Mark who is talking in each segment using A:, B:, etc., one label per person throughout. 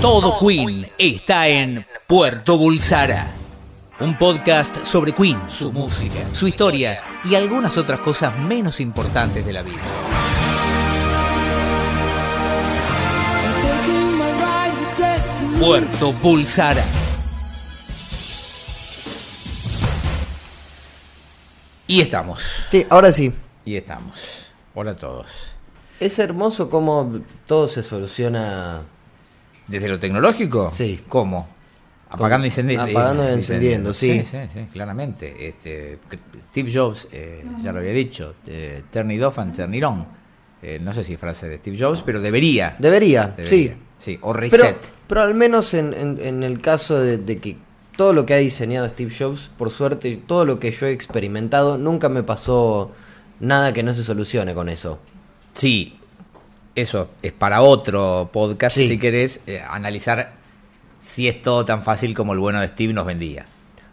A: Todo Queen está en Puerto Bulsara. Un podcast sobre Queen, su música, su historia y algunas otras cosas menos importantes de la vida. Puerto Bulsara. Y estamos,
B: Sí, ahora sí.
A: y estamos. Hola a todos.
B: Es hermoso cómo todo se soluciona.
A: ¿Desde lo tecnológico?
B: Sí.
A: ¿Cómo? Apagando y encendiendo.
B: Apagando y encendiendo, sí.
A: Sí, sí, claramente. Este, Steve Jobs, eh, ya lo había dicho, eh, turn it off and turn it on. Eh, no sé si es frase de Steve Jobs, pero debería.
B: Debería,
A: Debería.
B: sí.
A: Sí, o
B: Pero,
A: reset.
B: pero al menos en, en- en el caso de, de que todo lo que ha diseñado Steve Jobs, por suerte, todo lo que yo he experimentado, nunca me pasó nada que no se solucione con eso.
A: Sí, eso es para otro podcast,
B: Sí.
A: si querés, eh, analizar si es todo tan fácil como el bueno de Steve nos vendía.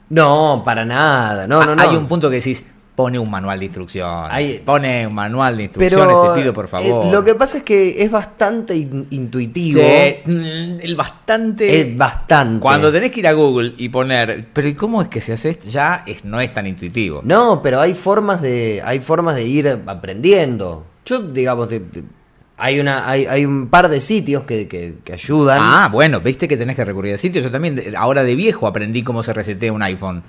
B: No, para nada. No,
A: Ah,
B: no, no.
A: Hay un punto que decís, pone un manual de instrucciones.
B: Hay-
A: Pone un manual de instrucciones,
B: pero
A: te pido por
B: eh,
A: favor.
B: lo que pasa es que es bastante in- intuitivo.
A: Sí, mm, el bastante.
B: Es bastante.
A: Cuando tenés que ir a Google y poner, pero ¿y cómo es que se hace esto? Ya es, no es tan intuitivo.
B: No, pero hay formas de hay formas de ir aprendiendo. Yo digamos de- de- hay una hay, hay un par de sitios que, que- que ayudan.
A: Ah, bueno, viste que tenés que recurrir a sitios. Yo también, de- ahora de viejo, aprendí cómo se resetea un iPhone.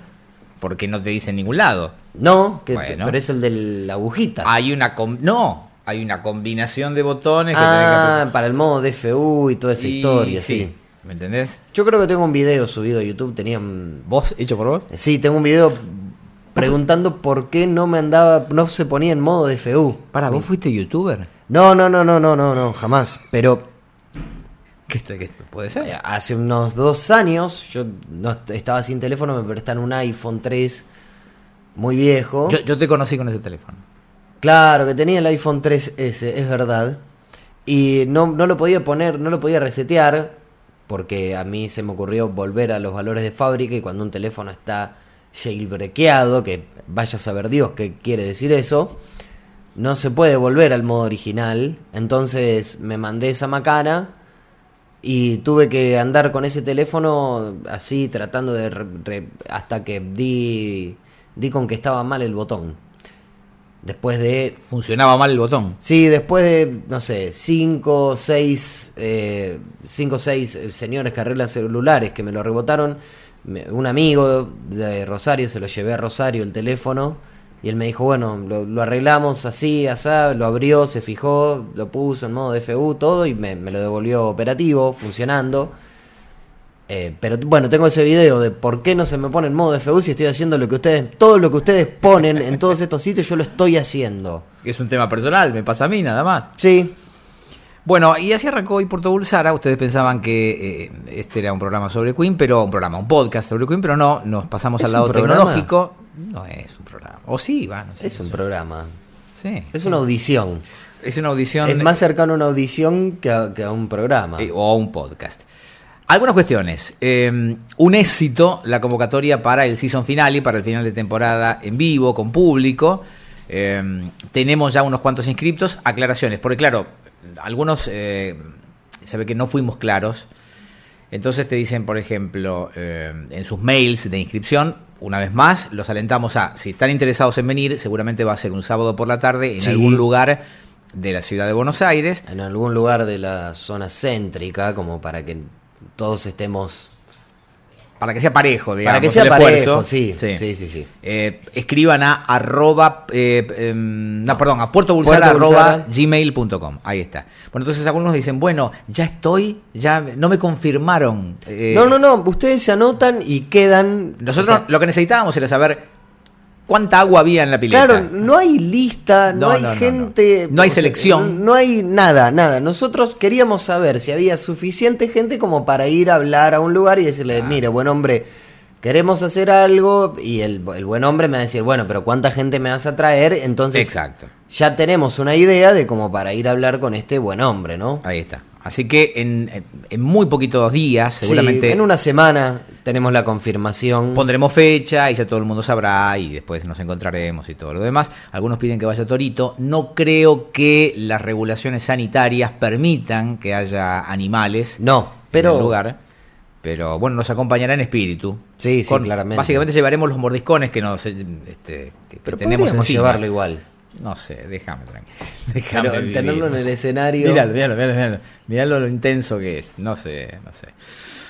A: Porque no te dice en ningún lado.
B: No, que,
A: Bueno.
B: pero es el de la agujita.
A: Hay una. com- no, hay una combinación de botones que tenés que
B: Ah,
A: apretar.
B: para el modo DFU y toda esa
A: Y
B: historia, sí.
A: ¿Me entendés?
B: Yo creo que tengo un video subido a YouTube, tenía un-
A: ¿Vos? ¿Hecho por vos?
B: Sí, tengo un video preguntando por qué no me andaba no se ponía en modo DFU.
A: Para, ¿vos fuiste youtuber?
B: No, no, no, no, no, no, no, jamás, pero
A: ¿Qué, está- qué- puede ser?
B: Eh, Hace unos dos años, yo no est- estaba sin teléfono, me prestan un iPhone 3 muy viejo.
A: Yo, yo te conocí con ese teléfono.
B: Claro, que tenía el iPhone 3S, es verdad. Y no, no lo podía poner, no lo podía resetear, porque a mí se me ocurrió volver a los valores de fábrica y cuando un teléfono está jailbrequeado, que vaya a saber Dios qué quiere decir eso, no se puede volver al modo original. Entonces me mandé esa macana y tuve que andar con ese teléfono así tratando de... re- re- hasta que di, di con que estaba mal el botón. Después de
A: Funcionaba mal el botón.
B: Sí, después de, no sé, cinco, seis, eh, cinco, seis eh, señores que arreglan celulares que me lo rebotaron, me- un amigo de Rosario, se lo llevé a Rosario el teléfono y él me dijo, bueno, lo, lo arreglamos así, asá, lo abrió, se fijó, lo puso en modo DFU, todo y me, me lo devolvió operativo, funcionando. Eh, pero t- bueno, tengo ese video de por qué no se me pone en modo DFU si estoy haciendo lo que ustedes, todo lo que ustedes ponen en todos estos sitios, yo lo estoy haciendo.
A: Es un tema personal, me pasa a mí nada más.
B: Sí,
A: Bueno, y así arrancó hoy Puerto Bulsara. Ustedes pensaban que eh, este era un programa sobre Queen, pero un programa, un podcast sobre Queen, pero no, nos pasamos
B: ¿Es
A: al lado
B: un programa?
A: tecnológico. No es un programa. O sí, va, no sé.
B: Es un programa.
A: Sí.
B: Es una audición.
A: Es una audición
B: Es más cercano a una audición que a, que a un programa.
A: eh, o un podcast. Algunas cuestiones. Eh, un éxito la convocatoria para el season finale, para el final de temporada en vivo, con público. Eh, tenemos ya unos cuantos inscriptos. Aclaraciones, porque claro, algunos eh, se ve que no fuimos claros. Entonces te dicen, por ejemplo, eh, en sus mails de inscripción, una vez más, los alentamos a, si están interesados en venir, seguramente va a ser un sábado por la tarde en
B: Sí.
A: algún lugar de la ciudad de Buenos Aires.
B: En algún lugar de la zona céntrica, como para que todos estemos.
A: Para que sea parejo, digamos.
B: para que sea
A: el
B: parejo,
A: esfuerzo.
B: sí. Sí, sí, sí.
A: Eh, escriban a arroba, eh, em, no, perdón, a puertobulsara
B: Puerto
A: arroba
B: Bulsara.
A: gmail.com. Ahí está. Bueno, entonces algunos dicen, bueno, ya estoy, ya no me confirmaron. eh,
B: no, no, no. Ustedes se anotan y quedan.
A: Nosotros
B: o sea,
A: lo que necesitábamos era saber cuánta agua había en la pileta.
B: Claro, no hay lista, no,
A: No,
B: hay
A: no, no, no.
B: gente.
A: No hay
B: o sea,
A: selección.
B: No, no hay nada, nada. Nosotros queríamos saber si había suficiente gente como para ir a hablar a un lugar y decirle, mire, buen hombre, queremos hacer algo. Y el, el buen hombre me va a decir, bueno, pero ¿cuánta gente me vas a traer? Entonces,
A: Exacto.
B: ya tenemos una idea de como para ir a hablar con este buen hombre, ¿no?
A: Ahí está. Así que en, en- en muy poquitos días, seguramente
B: Sí, en una semana tenemos la confirmación.
A: Pondremos fecha y ya todo el mundo sabrá y después nos encontraremos y todo lo demás. Algunos piden que vaya a Torito. No creo que las regulaciones sanitarias permitan que haya animales
B: No.
A: pero,
B: Pero-
A: en el lugar. Pero bueno, nos acompañará en espíritu.
B: Sí, sí, claramente.
A: Básicamente llevaremos los mordiscones que nos este, que, que
B: Pero
A: tenemos
B: podríamos
A: encima.
B: llevarlo igual.
A: No sé, déjame tranquilo. Déjame
B: Pero
A: vivir.
B: tenerlo en el escenario.
A: Míralo, míralo, míralo, míralo. Míralo lo intenso que es. No sé, no sé.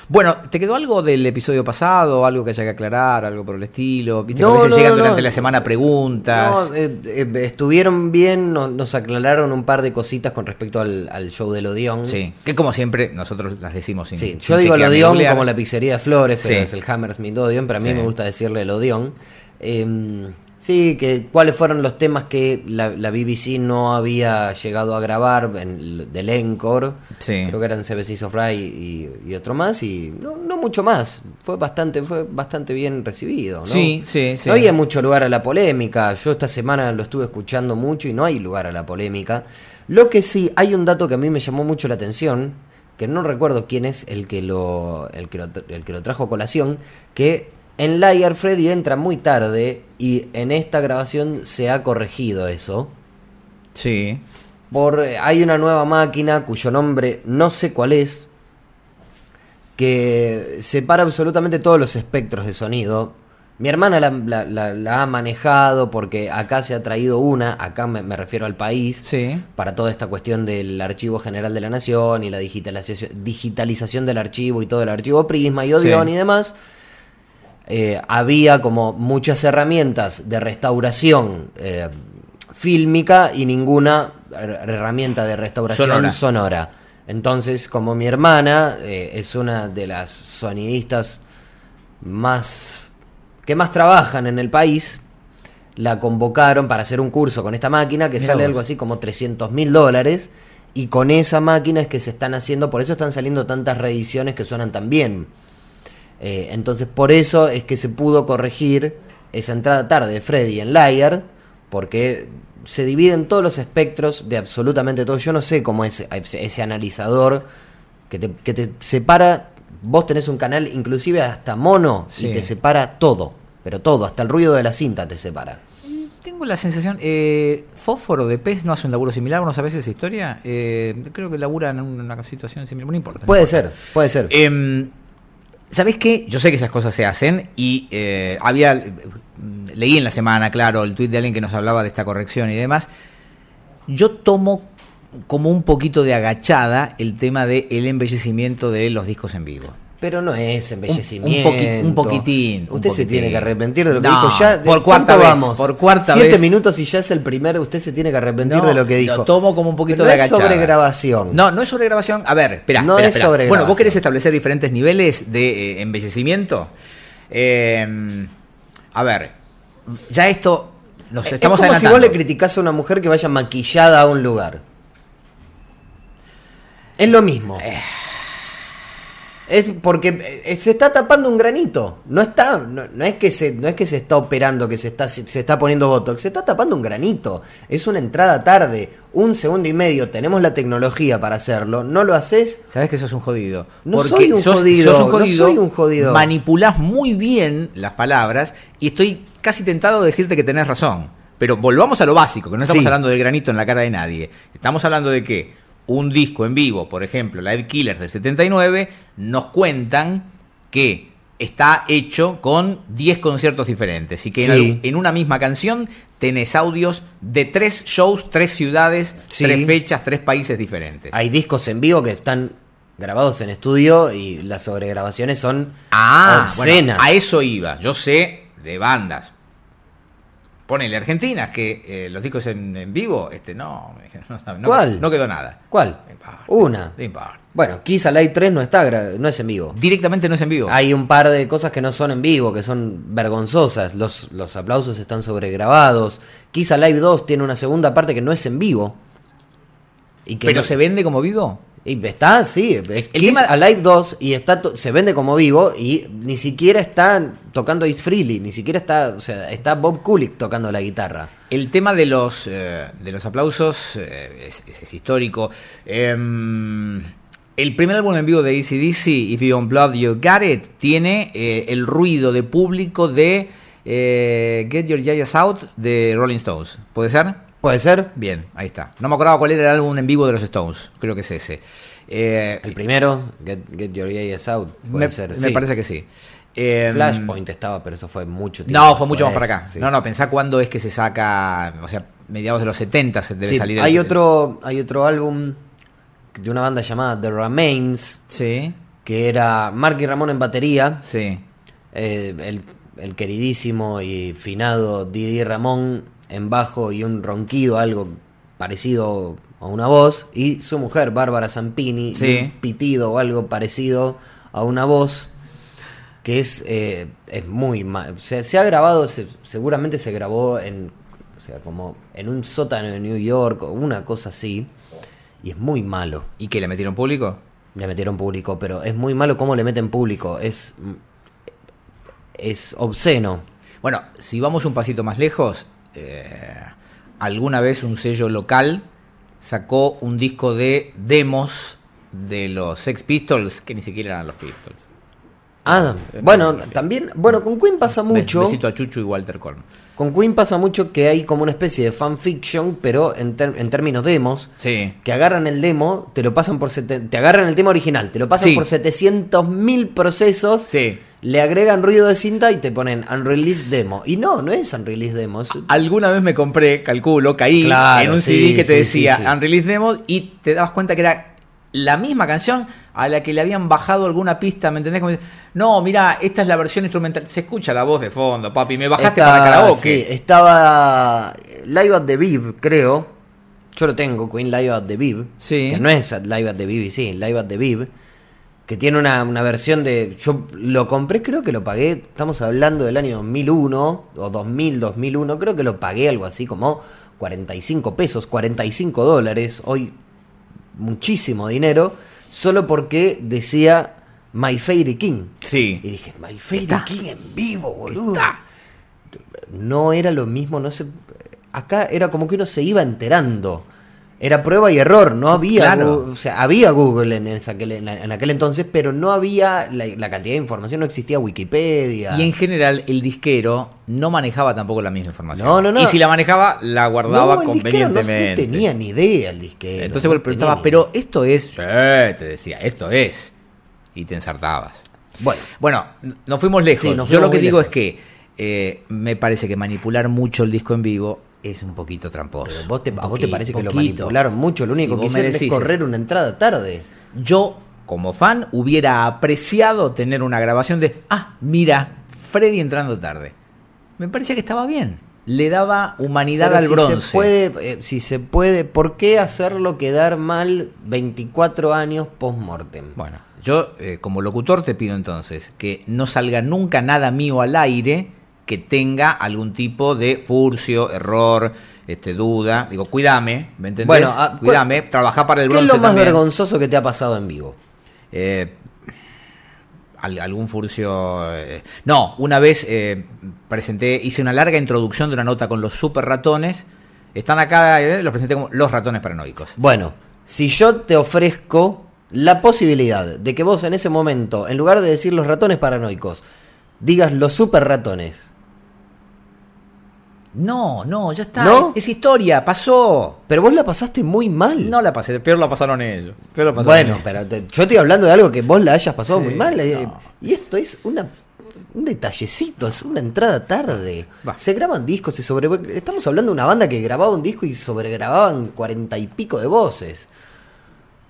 A: Bueno, ¿te quedó algo del episodio pasado? ¿Algo que haya que aclarar? ¿Algo por el estilo? ¿Viste que
B: No,
A: a veces
B: no,
A: llegan
B: no,
A: durante
B: no.
A: la semana preguntas?
B: No, eh, eh, estuvieron bien, no- nos aclararon un par de cositas con respecto al, al show del Odeón.
A: Sí, que como siempre nosotros las decimos sin
B: Sí,
A: sin
B: yo digo el
A: chequear ni
B: Odeón
A: googlear.
B: como la pizzería de Flores, pero
A: Sí.
B: es el Hammersmith Odeón, pero a mí
A: Sí.
B: me gusta decirle el Odeón. Eh, sí, que cuáles fueron los temas que la, la BBC no había llegado a grabar en, el- del Encore.
A: Sí.
B: Creo que eran Seven Seas of Rye y, y otro más, y no, no mucho más. Fue bastante, fue bastante bien recibido, ¿no?
A: Sí, sí, sí.
B: No había mucho lugar a la polémica. Yo esta semana lo estuve escuchando mucho y no hay lugar a la polémica. Lo que sí, hay un dato que a mí me llamó mucho la atención, que no recuerdo quién es el que lo, el que lo, tra- el que lo trajo a colación, que en Liar Freddy entra muy tarde y en esta grabación se ha corregido eso.
A: Sí.
B: Por, eh, hay una nueva máquina cuyo nombre no sé cuál es, que separa absolutamente todos los espectros de sonido. Mi hermana la, la- la- la ha manejado porque acá se ha traído una, acá me, me refiero al país,
A: Sí.
B: para toda esta cuestión del Archivo General de la Nación y la digitalización, digitalización del archivo y todo el archivo Prisma y Odeon
A: Sí.
B: y demás. Eh, había como muchas herramientas de restauración eh, fílmica y ninguna her- herramienta de restauración
A: Sonora.
B: sonora. Entonces, como mi hermana eh, es una de las sonidistas más que más trabajan en el país, la convocaron para hacer un curso con esta máquina que
A: Mirá
B: sale
A: vos.
B: algo así como 300 mil dólares. Y con esa máquina es que se están haciendo, por eso están saliendo tantas reediciones que suenan tan bien. Eh, entonces, por eso es que se pudo corregir esa entrada tarde de Freddy en Liar, porque se dividen todos los espectros de absolutamente todo. Yo no sé cómo es ese, ese analizador que te, que te separa. Vos tenés un canal, inclusive hasta mono,
A: Sí.
B: y te separa todo, pero todo, hasta el ruido de la cinta te separa.
A: Tengo la sensación, eh, Fósforo de Pez no hace un laburo similar, ¿no sabés esa historia? Eh, creo que laburan en una situación similar, no importa. no
B: Puede ser, puede ser.
A: Em, ¿Sabés qué? Yo sé que esas cosas se hacen y eh, había. Leí en la semana, claro, el tuit de alguien que nos hablaba de esta corrección y demás. Yo tomo como un poquito de agachada el tema del el embellecimiento de los discos en vivo.
B: Pero no es
A: Un, un poqui-
B: embellecimiento.
A: un poquitín. un
B: Usted se
A: poquitín.
B: tiene que arrepentir de lo que
A: No,
B: dijo. Ya,
A: por
B: ¿cuánto
A: cuarta vez.
B: vamos?
A: Por cuarta
B: Siete
A: vez.
B: minutos y ya es el primer. Usted se tiene que arrepentir
A: No,
B: de lo que dijo.
A: Lo tomo como un poquito
B: Pero
A: de
B: no es
A: agachada.
B: sobregrabación.
A: No, no es sobregrabación. A ver, espera.
B: No
A: espera,
B: es
A: espera. Bueno, vos
B: sobregrabación.
A: querés establecer diferentes niveles de eh, embellecimiento. Eh, a ver, ya esto nos
B: Es-
A: estamos
B: es como si
A: adelantando.
B: vos le criticás a una mujer que vaya maquillada a un lugar. Es lo mismo. Es porque eh, se está tapando un granito. No está, no, no es que se, no es que se está operando, que se está, se está poniendo botox, se está tapando un granito. Es una entrada tarde, un segundo y medio. Tenemos la tecnología para hacerlo. No lo haces.
A: Sabés que sos un jodido.
B: No soy un jodido, no soy un jodido.
A: Manipulás muy bien las palabras y estoy casi tentado de decirte que tenés razón. Pero volvamos a lo básico, que no estamos
B: Sí.
A: hablando del granito en la cara de nadie. Estamos hablando de que un disco en vivo, por ejemplo, Live Killers del 79, nos cuentan que está hecho con 10 conciertos diferentes y que en,
B: Sí.
A: al- en una misma canción tenés audios de tres shows, tres ciudades,
B: Sí.
A: tres fechas, tres países diferentes.
B: Hay discos en vivo que están grabados en estudio y las sobregrabaciones son
A: Ah, bueno,
B: obscenas.
A: a eso iba. Yo sé de bandas. Ponele Argentina, que eh, los discos en, en vivo, este no, no, no-
B: ¿Cuál?
A: no quedó nada.
B: ¿Cuál?
A: No importa.
B: Una.
A: No importa.
B: Bueno, Kiss Alive 3 no está, gra- no es en vivo.
A: Directamente no es en vivo.
B: Hay un par de cosas que no son en vivo, que son vergonzosas. Los, los aplausos están sobregrabados. Kiss Alive 2 tiene una segunda parte que no es en vivo. Y que
A: Pero
B: no-
A: se vende como vivo.
B: y está, sí. Es
A: El
B: Kiss
A: tema-
B: Alive 2 y está to- se vende como vivo y ni siquiera está tocando Ace Freely, ni siquiera está, o sea, está Bob Kulick tocando la guitarra.
A: El tema de los, eh, de los aplausos eh, es, es- es histórico. Em, el primer álbum en vivo de ACDC, If You Unplugged You Got It, tiene eh, el ruido de público de eh, Get Your Jazz Out de Rolling Stones. ¿Puede ser?
B: ¿Puede ser?
A: Bien, ahí está. No me acordaba cuál era el álbum en vivo de los Stones. Creo que es ese. Eh,
B: El primero, Get, Get Your Ass Out, puede
A: me,
B: ser.
A: me
B: sí.
A: parece que sí. Eh,
B: Flashpoint estaba, pero eso fue mucho tiempo.
A: No, fue mucho más para
B: después,
A: acá.
B: sí.
A: No, no, pensá cuándo es que se saca, o sea, mediados de los 70 se debe
B: Sí,
A: salir. el-
B: hay, otro, hay otro álbum de una banda llamada The Remains,
A: Sí,
B: que era Mark y Ramón en batería,
A: sí.
B: eh, el, el queridísimo y finado Didi Ramón en bajo y un ronquido, algo parecido a una voz, y su mujer, Bárbara Zampini, y
A: Sí.
B: un pitido o algo parecido a una voz, que es, eh, es muy mal. Se, se ha grabado, se- seguramente se grabó en, o sea, como en un sótano de New York o una cosa así, y es muy malo.
A: ¿Y qué le metieron público?
B: Le metieron público, pero es muy malo cómo le meten público. Es. Es obsceno.
A: Bueno, si vamos un pasito más lejos, eh, alguna vez un sello local sacó un disco de demos de los Sex Pistols, que ni siquiera eran los Pistols.
B: Ah,
A: eh,
B: bueno, también. Bueno, con Queen pasa mucho.
A: Bes- Besito a Chuchu y Walter Colm.
B: Con Queen pasa mucho que hay como una especie de fanfiction, pero en, ter- en términos demos.
A: Sí.
B: Que agarran el demo, te lo pasan por. sete- Te agarran el tema original, te lo pasan
A: Sí.
B: por 700.000 procesos.
A: Sí.
B: Le agregan ruido de cinta y te ponen unreleased demo. Y no, no es unreleased demo. es-
A: Alguna vez me compré, calculo, caí
B: Claro,
A: en un
B: sí,
A: CD que te
B: sí,
A: decía
B: sí, sí.
A: Unreleased Demo y te dabas cuenta que era la misma canción a la que le habían bajado alguna pista, ¿me entendés? Como, no, mira, esta es la versión instrumental. Se escucha la voz de fondo, papi, me bajaste
B: Esta-
A: para
B: sí,
A: karaoke.
B: estaba Live at the Viv, creo. Yo lo tengo, Queen Live at the Viv.
A: Sí.
B: Que no es at- Live at the Viv, y sí, Live at the Viv. Que tiene una, una versión de. Yo lo compré, creo que lo pagué. Estamos hablando del año 2001 o 2000, 2001. Creo que lo pagué algo así como 45 pesos, 45 dólares. Hoy muchísimo dinero. Solo porque decía My Fairy King.
A: Sí.
B: Y dije, My Fairy
A: Está.
B: King en vivo, boludo. No era lo mismo, no sé. Acá era como que uno se iba enterando. Era prueba y error, no había.
A: Claro.
B: Gu- O sea, había Google en, esa- aquel- en en aquel entonces, pero no había la, la cantidad de información, no existía Wikipedia.
A: Y en general, el disquero no manejaba tampoco la misma información.
B: No, no, no.
A: Y si la manejaba, la
B: No,
A: guardaba
B: el disquero no-
A: convenientemente.
B: No, tenía ni idea el disquero.
A: Entonces
B: no
A: vos le preguntabas,
B: tenía ni
A: pero
B: idea".
A: esto es. Sí, te decía, esto es. Y te ensartabas.
B: Bueno,
A: Bueno, n- nos fuimos lejos.
B: Sí, nos
A: Yo
B: fuimos
A: lo que
B: muy
A: digo
B: lejos.
A: es que eh, me parece que manipular mucho el disco en vivo es un poquito tramposo.
B: pero vos te,
A: Un
B: a vos te
A: poquito,
B: parece que lo
A: poquito.
B: manipularon mucho. Lo único
A: Si
B: que
A: vos me
B: hicieron es
A: decís
B: correr una entrada tarde.
A: Yo, como fan, hubiera apreciado tener una grabación de, ah, mira, Freddy entrando tarde. Me parecía que estaba bien. Le daba humanidad
B: Pero
A: al
B: si
A: bronce.
B: Se puede, eh, si se puede, ¿por qué hacerlo quedar mal 24 años post-mortem?
A: Bueno, yo eh, como locutor te pido entonces que no salga nunca nada mío al aire que tenga algún tipo de furcio, error, este, duda. Digo, cuídame, ¿me entendés?
B: Bueno, ah, cu-
A: cuídame, trabajá para el
B: ¿Qué es
A: bronce
B: lo más
A: también.
B: vergonzoso que te ha pasado en vivo?
A: Eh, al- algún furcio... eh, No, una vez eh, presenté, hice una larga introducción de una nota con los super ratones. Están acá, eh, los presenté como los ratones paranoicos.
B: Bueno, si yo te ofrezco la posibilidad de que vos en ese momento, en lugar de decir los ratones paranoicos, digas los super ratones,
A: No, no, ya está.
B: ¿No?
A: Es historia, pasó.
B: pero vos la pasaste muy mal.
A: No la pasé, peor la pasaron ellos. Peor la pasaron
B: bueno,
A: ellos.
B: pero te- yo estoy hablando de algo que vos la hayas pasado
A: Sí,
B: muy mal. eh,
A: no.
B: Y esto es una, un detallecito, es una entrada tarde.
A: Va.
B: Se graban discos, se sobre... Estamos hablando de una banda que grababa un disco y sobregrababan cuarenta y pico de voces.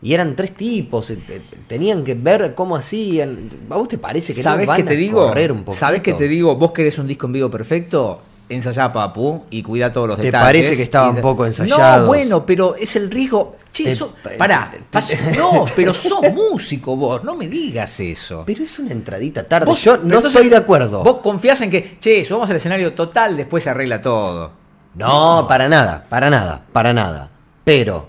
B: Y eran tres tipos, eh, eh, tenían que ver cómo hacían. ¿A vos te parece que
A: ¿Sabés
B: no van
A: qué te
B: a
A: digo?
B: correr un poquito?
A: ¿Sabés qué te digo? ¿Vos querés un disco en vivo perfecto? Ensayá, papu, y cuida todos los
B: ¿Te
A: detalles.
B: parece que estaban
A: Y-
B: poco ensayados?
A: No, bueno, pero es el riesgo. Che,
B: Te-
A: sos-
B: te-
A: pará.
B: te- te-
A: pas- no, pero sos músico vos, no me digas eso.
B: Pero es una entradita tarde.
A: Vos-
B: yo no
A: entonces,
B: estoy de acuerdo.
A: Vos confiás en que, che, subamos al escenario total, después se arregla todo.
B: No, para nada, para nada, para nada. Pero,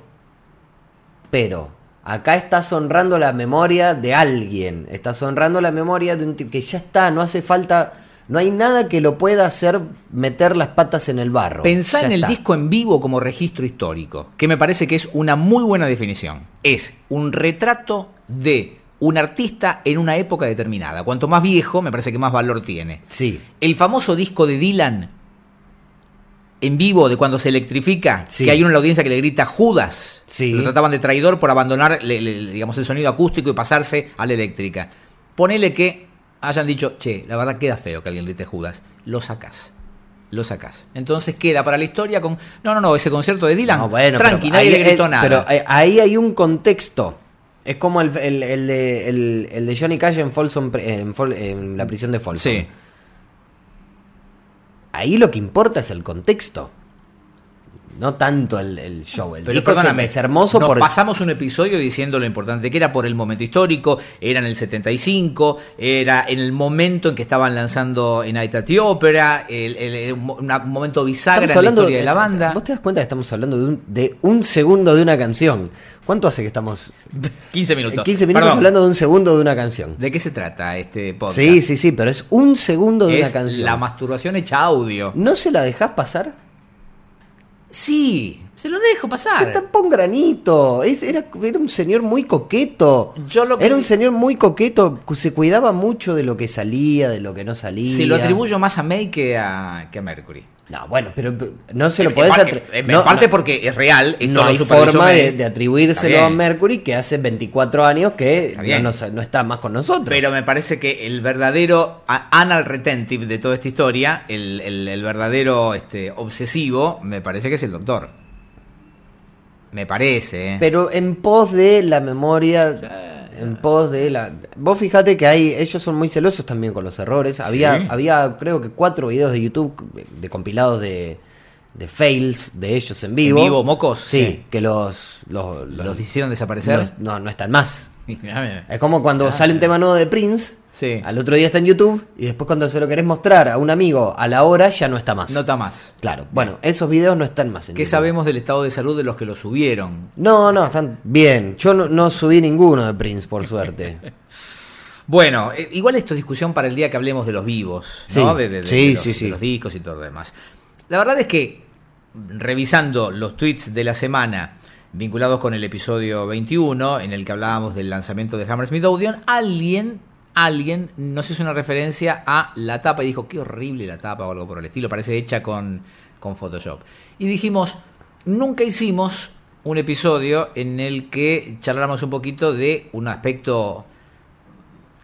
B: pero, acá estás honrando la memoria de alguien. Estás honrando la memoria de un tipo que ya está, no hace falta, no hay nada que lo pueda hacer meter las patas en el barro.
A: Pensá
B: Ya
A: en el
B: está.
A: disco en vivo como registro histórico, que me parece que es una muy buena definición. Es un retrato de un artista en una época determinada. Cuanto más viejo, me parece que más valor tiene.
B: Sí.
A: El famoso disco de Dylan, en vivo de cuando se electrifica,
B: Sí.
A: que hay uno en la audiencia que le grita Judas.
B: Sí.
A: Lo trataban de traidor por abandonar le- le- digamos, el sonido acústico y pasarse a la eléctrica. Ponele que hayan dicho, che, la verdad queda feo que alguien grite Judas. Lo sacás. Lo sacás. Entonces queda para la historia con. No, no, no, ese concierto de Dylan.
B: No, bueno,
A: tranqui,
B: pero
A: nadie
B: ahí-
A: le gritó
B: eh,
A: nada.
B: Pero eh, ahí hay un contexto. Es como el, el- el de, el- el de Johnny Cash en, Folsom, Pri- en, Fol- en la prisión de Folsom.
A: sí.
B: Ahí lo que importa es el contexto. No tanto el, el show. El
A: Pero
B: disco
A: perdóname,
B: es hermoso
A: nos
B: por
A: pasamos un episodio diciendo lo importante que era por el momento histórico, era en el 75, era en el momento en que estaban lanzando en Aitati Opera, el, el- el- un mo- una- un momento bisagra en la historia de la banda.
B: ¿Vos te das cuenta que estamos hablando de un, de un segundo de una canción? ¿Cuánto hace que estamos?
A: 15
B: eh,
A: minutos.
B: 15 minutos
A: Perdón.
B: hablando de un segundo de una canción.
A: ¿De qué se trata este podcast?
B: Sí, sí, sí, pero es un segundo de una
A: Es
B: canción. Mm.
A: la masturbación hecha audio.
B: ¿No se la dejás pasar?
A: Sí, se lo dejo pasar.
B: Se tapó un granito. Es- era, era un señor muy coqueto.
A: Yo lo que-
B: Era un señor muy coqueto. cu- Se cuidaba mucho de lo que salía, de lo que no salía.
A: Se lo atribuyo más a May que a, que a Mercury.
B: No, bueno, pero pero no se lo podés
A: Porque-
B: atribuir.
A: eh, en parte porque es real. esto
B: no
A: lo
B: hay
A: supervisó
B: forma
A: May.
B: de, de atribuírselo
A: Está
B: a
A: bien.
B: Mercury que hace 24 años que
A: Está
B: no,
A: bien.
B: nos- no está más con nosotros.
A: Pero me parece que el verdadero a- anal retentive de toda esta historia, el, el- el verdadero este, obsesivo, me parece que es el doctor. Me parece. ¿eh?
B: Pero en pos de la memoria, en pos de la... Vos fijate que hay, ellos son muy celosos también con los errores. Había,
A: Sí.
B: había creo que cuatro videos de YouTube de compilados de, de fails de ellos en vivo.
A: ¿En vivo, mocos?
B: Sí,
A: Sí.
B: que los... Los, los- eh,
A: ¿Los hicieron desaparecer?
B: no, no, no están más.
A: Mirá,
B: Es como cuando
A: Ah.
B: sale un tema nuevo de Prince,
A: Sí.
B: al otro día está en YouTube y después cuando se lo querés mostrar a un amigo a la hora ya no está más.
A: Nota más.
B: Claro, bueno, esos videos no están más en
A: ¿Qué
B: YouTube.
A: sabemos del estado de salud de los que lo subieron?
B: No, no, están bien. Yo no, no subí ninguno de Prince, por suerte.
A: Bueno, eh, igual esto es discusión para el día que hablemos de los vivos, ¿no?
B: Sí.
A: De, de- de-
B: Sí,
A: de los,
B: sí, sí.
A: de los discos y todo lo demás. La verdad es que, revisando los tweets de la semana vinculados con el episodio 21, en el que hablábamos del lanzamiento de Hammersmith Odeon, alguien, alguien nos hizo una referencia a la tapa y dijo, qué horrible la tapa o algo por el estilo, parece hecha con, con Photoshop. Y dijimos, nunca hicimos un episodio en el que charláramos un poquito de un aspecto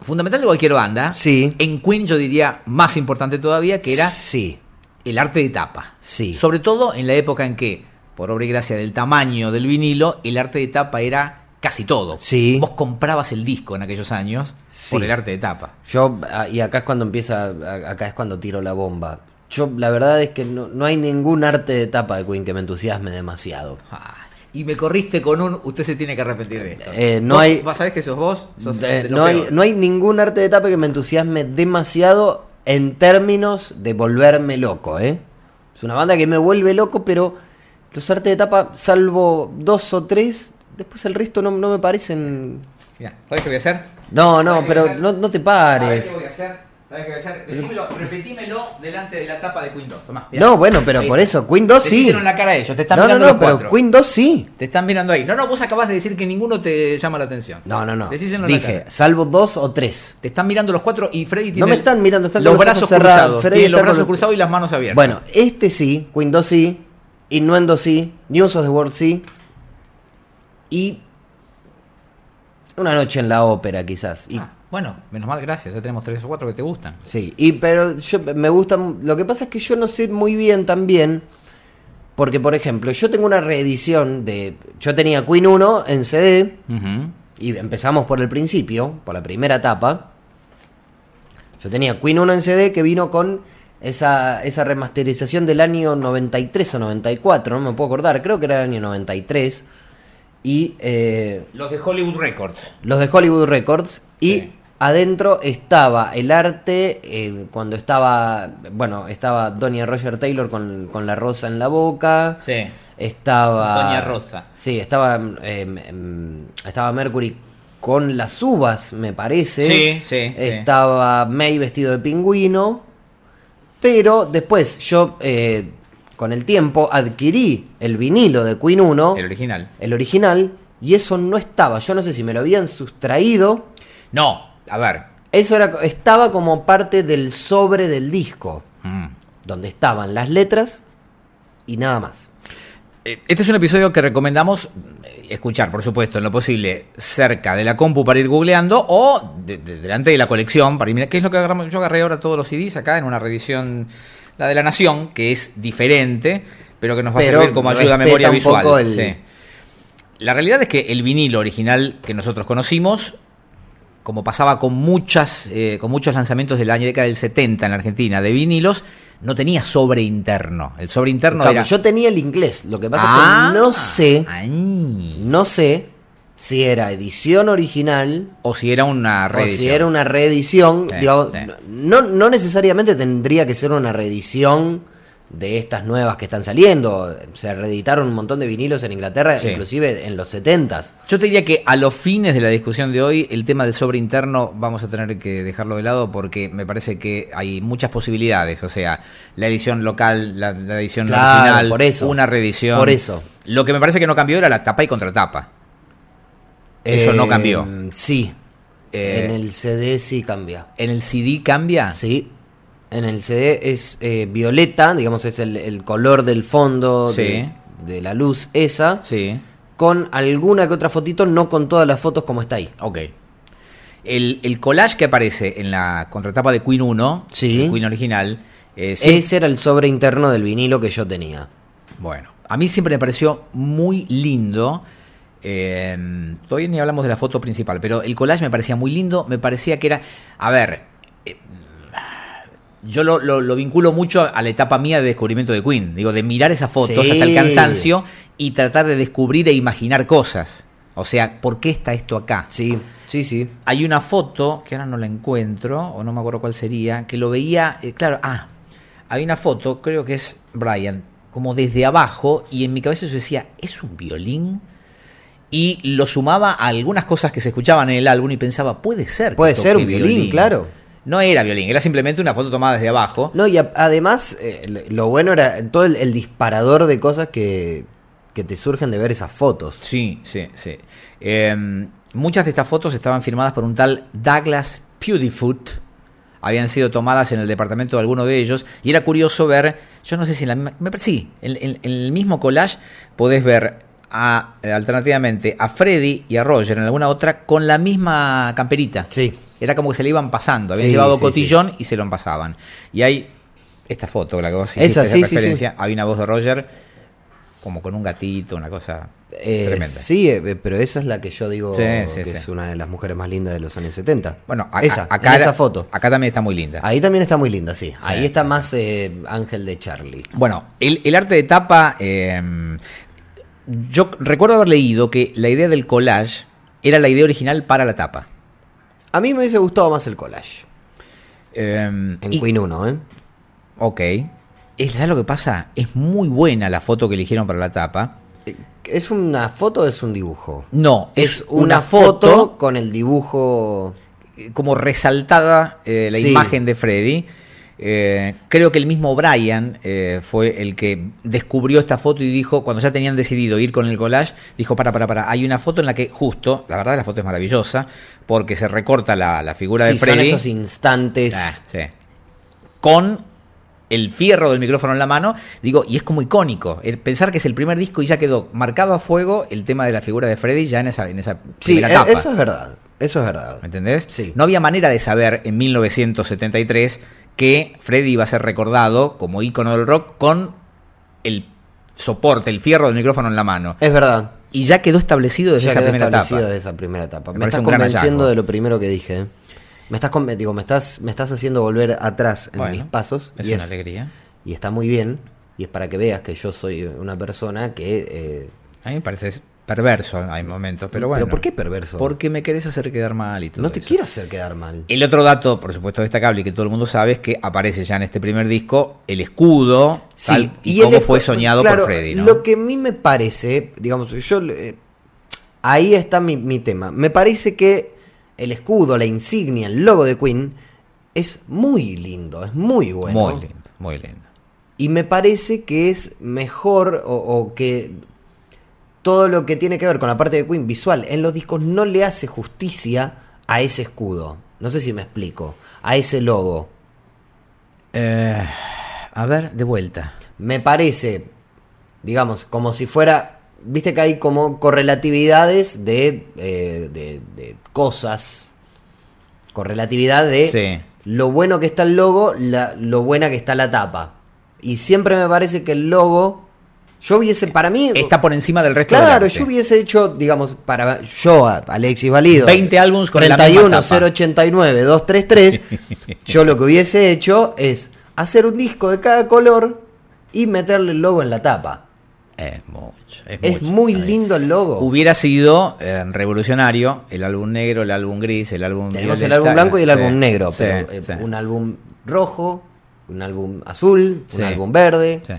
A: fundamental de cualquier banda.
B: Sí.
A: En Queen yo diría más importante todavía, que era
B: Sí.
A: el arte de tapa.
B: Sí.
A: Sobre todo en la época en que, por obra y gracia del tamaño del vinilo, el arte de tapa era casi todo.
B: Sí.
A: Vos comprabas el disco en aquellos años
B: Sí.
A: por el arte de tapa.
B: Yo, a- y acá es cuando empieza, a- acá es cuando tiro la bomba. Yo, la verdad es que no, no hay ningún arte de tapa de Queen que me entusiasme demasiado.
A: Ah, Y me corriste con un, usted se tiene que arrepentir de esto.
B: Eh, no
A: Vos-
B: hay-
A: ¿Vos sabés que sos vos? Sos
B: Eh,
A: de lo
B: no, hay,
A: peor.
B: no hay ningún arte de tapa que me entusiasme demasiado en términos de volverme loco, ¿eh? Es una banda que me vuelve loco, pero los artes de tapa, salvo dos o tres, después el resto no, no me parecen...
A: Mirá, ¿sabés qué voy a hacer?
B: No,
A: ¿Sabés qué
B: no,
A: voy a
B: pero
A: hacer?
B: no, no te
A: ¿Sabés
B: pares.
A: qué voy a hacer? ¿Sabés qué voy a hacer? Decímelo, repetímelo delante de la tapa de Queen 2. Tomá, mirá.
B: No, bueno, pero
A: Ahí
B: por
A: está.
B: eso, Queen 2
A: Te
B: sí.
A: hicieron la cara a ellos, te están
B: no, no,
A: mirando
B: no,
A: los
B: pero
A: cuatro.
B: Queen 2 sí.
A: Te están mirando ahí. No, no, vos acabas de decir que ninguno te llama la atención.
B: No, no, no.
A: Decíselo en la
B: Dije,
A: cara.
B: salvo dos o tres.
A: Te están mirando los cuatro y Freddy tiene
B: No me
A: el-
B: están mirando, están
A: los
B: con los ojos
A: brazos
B: cerrados.
A: cruzados.
B: Freddy
A: tiene los
B: está con
A: brazos
B: los-
A: cruzados y las manos abiertas.
B: Bueno, este sí, Queen 2 sí, Innuendo sí, News of the World sí. Y Una noche en la ópera quizás. Y,
A: Ah, bueno, menos mal, gracias. Ya tenemos tres o cuatro que te gustan.
B: Sí, y pero yo me gustan, lo que pasa es que yo no sé muy bien también porque por ejemplo, yo tengo una reedición de yo tenía Queen 1 en CD y empezamos por el principio, por la primera etapa. Yo tenía Queen 1 en CD que vino con esa, esa remasterización del año 93 o 94, no me puedo acordar, creo que era el año 93. Y eh,
A: Los de Hollywood Records.
B: los de Hollywood Records. Y
A: Sí.
B: adentro estaba el arte, eh, cuando estaba, bueno, estaba Doña Roger Taylor con, con la rosa en la boca.
A: Sí.
B: Estaba.
A: Doña Rosa.
B: Sí, estaba. em, em, estaba Mercury con las uvas, me parece.
A: Sí, sí, sí.
B: Estaba May vestido de pingüino. Pero después yo, eh, con el tiempo, adquirí el vinilo de Queen 1,
A: El
B: el,
A: original.
B: original, y eso no estaba. Yo no sé si me lo habían sustraído.
A: No, a ver.
B: Eso era, estaba como parte del sobre del disco,
A: Mm.
B: donde estaban las letras y nada más.
A: Eh, Este es un episodio que recomendamos eh, escuchar, por supuesto, en lo posible, cerca de la compu para ir googleando o de- de- delante de la colección para ir mirando. ¿Qué es lo que agarramos? Yo agarré ahora todos los CDs acá en una revisión, la de la Nación, que es diferente, pero que nos va
B: Pero
A: a servir como ayuda a
B: respeta
A: memoria
B: un
A: visual.
B: poco el-
A: sí. La realidad es que el vinilo original que nosotros conocimos como pasaba con muchas eh, con muchos lanzamientos de la década del 70 en la Argentina de vinilos, no tenía sobre interno. El sobre interno
B: Claro,
A: era
B: Yo tenía el inglés, lo que pasa
A: Ah.
B: es que no sé,
A: Ay.
B: no sé si era edición original
A: O si era una red.
B: o si era una reedición.
A: Sí,
B: digamos,
A: sí.
B: No, no necesariamente tendría que ser una reedición de estas nuevas que están saliendo. Se reeditaron un montón de vinilos en Inglaterra,
A: Sí.
B: inclusive en los 70s.
A: Yo te diría que a los fines de la discusión de hoy, el tema del sobre interno vamos a tener que dejarlo de lado porque me parece que hay muchas posibilidades. O sea, la edición local, la, la edición
B: Claro,
A: original,
B: por eso.
A: una reedición.
B: Por eso.
A: Lo que me parece que no cambió era la tapa y contratapa. Eso no cambió.
B: Em, Sí.
A: Eh, Ah.
B: en el CD sí cambia.
A: ¿En el CD cambia?
B: Sí. En el CD es eh, violeta, digamos, es el, el color del fondo
A: Sí.
B: de, de la luz esa,
A: Sí.
B: con alguna que otra fotito, no con todas las fotos como está ahí.
A: Ok. El, el collage que aparece en la contratapa de Queen 1,
B: Sí.
A: el Queen original, eh, sí-
B: Ese era el sobre interno del vinilo que yo tenía.
A: Bueno, a mí siempre me pareció muy lindo. eh, todavía ni hablamos de la foto principal, pero el collage me parecía muy lindo. Me parecía que era. A ver. eh, yo lo, lo- lo vinculo mucho a la etapa mía de descubrimiento de Queen. Digo, de mirar esas fotos
B: Sí.
A: hasta el cansancio y tratar de descubrir e imaginar cosas. O sea, ¿por qué está esto acá?
B: Sí, sí, sí.
A: Hay una foto, que ahora no la encuentro, o no me acuerdo cuál sería, que lo veía, eh, claro, ah, hay una foto, creo que es Brian, como desde abajo, y en mi cabeza yo decía, ¿es un violín? Y lo sumaba a algunas cosas que se escuchaban en el álbum y pensaba, puede ser. que
B: Puede
A: toque
B: ser un violín, claro.
A: No era violín, era simplemente una foto tomada desde abajo.
B: No, y a- además, eh, lo bueno era todo el, el disparador de cosas que, que te surgen de ver esas fotos.
A: Sí, sí, sí. Eh, muchas de estas fotos estaban firmadas por un tal Douglas Pewdifoot. Habían sido tomadas en el departamento de alguno de ellos. Y era curioso ver, yo no sé si en la misma. me pare- sí, en, en- en el mismo collage podés ver a, eh, alternativamente a Freddy y a Roger en alguna otra con la misma camperita.
B: Sí.
A: Era como que se le iban pasando. Habían
B: Sí,
A: llevado
B: sí,
A: cotillón y se lo pasaban. Y hay esta foto, la que vos hiciste,
B: Esa,
A: esa
B: sí, sí, sí.
A: referencia. Hay una voz de Roger como con un gatito, una cosa
B: Eh,
A: tremenda.
B: sí, eh, pero esa es la que yo digo
A: Sí,
B: que
A: sí, sí.
B: es una de las mujeres más lindas de los años 70.
A: Bueno, a-
B: esa,
A: a- acá,
B: en esa
A: era-
B: foto.
A: acá también está muy linda.
B: Ahí también está muy linda, sí. Ahí está más eh, Ángel de Charlie.
A: Bueno, el, el arte de tapa, eh, yo recuerdo haber leído que la idea del collage era la idea original para la tapa.
B: A mí me hubiese gustado más el collage.
A: Eh,
B: En
A: y-
B: Queen 1, ¿eh?
A: ok. Es- ¿Sabes lo que pasa? Es muy buena la foto que eligieron para la tapa.
B: ¿Es una foto o es un dibujo?
A: No, es, una, foto,
B: con el dibujo.
A: eh, como resaltada eh, la
B: Sí.
A: imagen de Freddy. Eh, creo que el mismo Brian eh, fue el que descubrió esta foto y dijo, cuando ya tenían decidido ir con el collage, dijo, para, para, para, hay una foto en la que justo, la verdad la foto es maravillosa, porque se recorta la, la figura
B: Sí,
A: de
B: son
A: Freddy
B: esos instantes.
A: Ah, sí. con el fierro del micrófono en la mano, digo, y es como icónico, el pensar que es el primer disco y ya quedó marcado a fuego el tema de la figura de Freddy ya en esa, en esa
B: sí,
A: primera
B: e-
A: etapa.
B: eso es verdad. Eso es verdad.
A: ¿Me entendés?
B: Sí.
A: No había manera de saber en 1973 que Freddy iba a ser recordado como ícono del rock con el soporte, el fierro del micrófono en la mano.
B: Es verdad.
A: Y ya quedó establecido desde
B: Ya
A: esa
B: quedó
A: primera
B: establecido
A: etapa.
B: de esa primera etapa. Me,
A: parece
B: estás
A: un gran
B: convenciendo
A: hallazgo.
B: de lo primero que dije. ¿eh? Me estás, con- digo, me estás, me estás haciendo volver atrás en
A: Bueno,
B: mis pasos.
A: Es
B: y,
A: una
B: es-
A: alegría.
B: y está muy bien. Y es para que veas que yo soy una persona que. eh,
A: A mí me parece perverso, hay momentos, pero bueno.
B: ¿por qué perverso?
A: Porque me querés hacer quedar mal y todo
B: no te
A: eso.
B: quiero hacer quedar mal.
A: El otro dato, por supuesto, destacable y que todo el mundo sabe es que aparece ya en este primer disco el escudo tal, y,
B: él
A: cómo
B: es-
A: fue soñado
B: claro,
A: por Freddy. ¿no?
B: Lo que a mí me parece, digamos, yo. eh, ahí está mi, mi tema. Me parece que el escudo, la insignia, el logo de Queen es muy lindo, es muy bueno.
A: Muy lindo, muy lindo.
B: Y me parece que es mejor o, o que todo lo que tiene que ver con la parte de Queen visual en los discos no le hace justicia a ese escudo. No sé si me explico. A ese logo.
A: Eh, a ver, de vuelta.
B: Me parece digamos, como si fuera, viste que hay como correlatividades de, eh, de, de cosas, correlatividad de
A: Sí.
B: lo bueno que está el logo, la- lo buena que está la tapa. Y siempre me parece que el logo, yo hubiese, para mí...
A: Está por encima del resto del
B: Claro,
A: arte.
B: yo hubiese hecho, digamos, para yo, a- Alexis Valido.
A: 20 álbums con la misma
B: 31,
A: tapa.
B: 089, 233. yo lo que hubiese hecho es hacer un disco de cada color y meterle el logo en la tapa.
A: Es mucho. Es,
B: Es
A: mucho,
B: muy
A: está bien.
B: lindo el logo.
A: Hubiera sido eh, revolucionario el álbum negro, el álbum gris, el álbum.
B: Tenemos el
A: violeta,
B: álbum blanco y el
A: sí,
B: álbum negro,
A: sí,
B: pero eh,
A: sí,
B: un álbum rojo, un álbum azul, un
A: Sí.
B: álbum verde.
A: sí.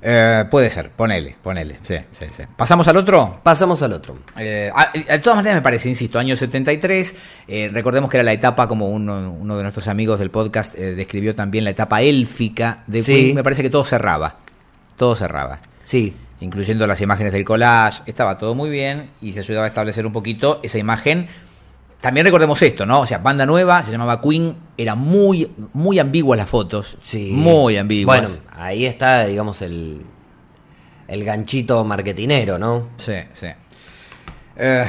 A: Eh, puede ser, ponele, ponele. Sí, sí, sí. ¿Pasamos al otro?
B: Pasamos al otro.
A: Eh, a- de todas maneras me parece, insisto, año 73, eh, recordemos que era la etapa, como uno, uno de nuestros amigos del podcast eh, describió también, la etapa élfica de
B: Sí.
A: Queen, me parece que todo cerraba, todo cerraba,
B: Sí,
A: incluyendo las imágenes del collage, estaba todo muy bien y se ayudaba a establecer un poquito esa imagen. También recordemos esto, ¿no? O sea, banda nueva, se llamaba Queen, era muy, muy ambiguas las fotos,
B: sí.
A: muy ambiguas.
B: Bueno, ahí está, digamos, el, el ganchito marketinero, ¿no?
A: Sí, sí. Eh,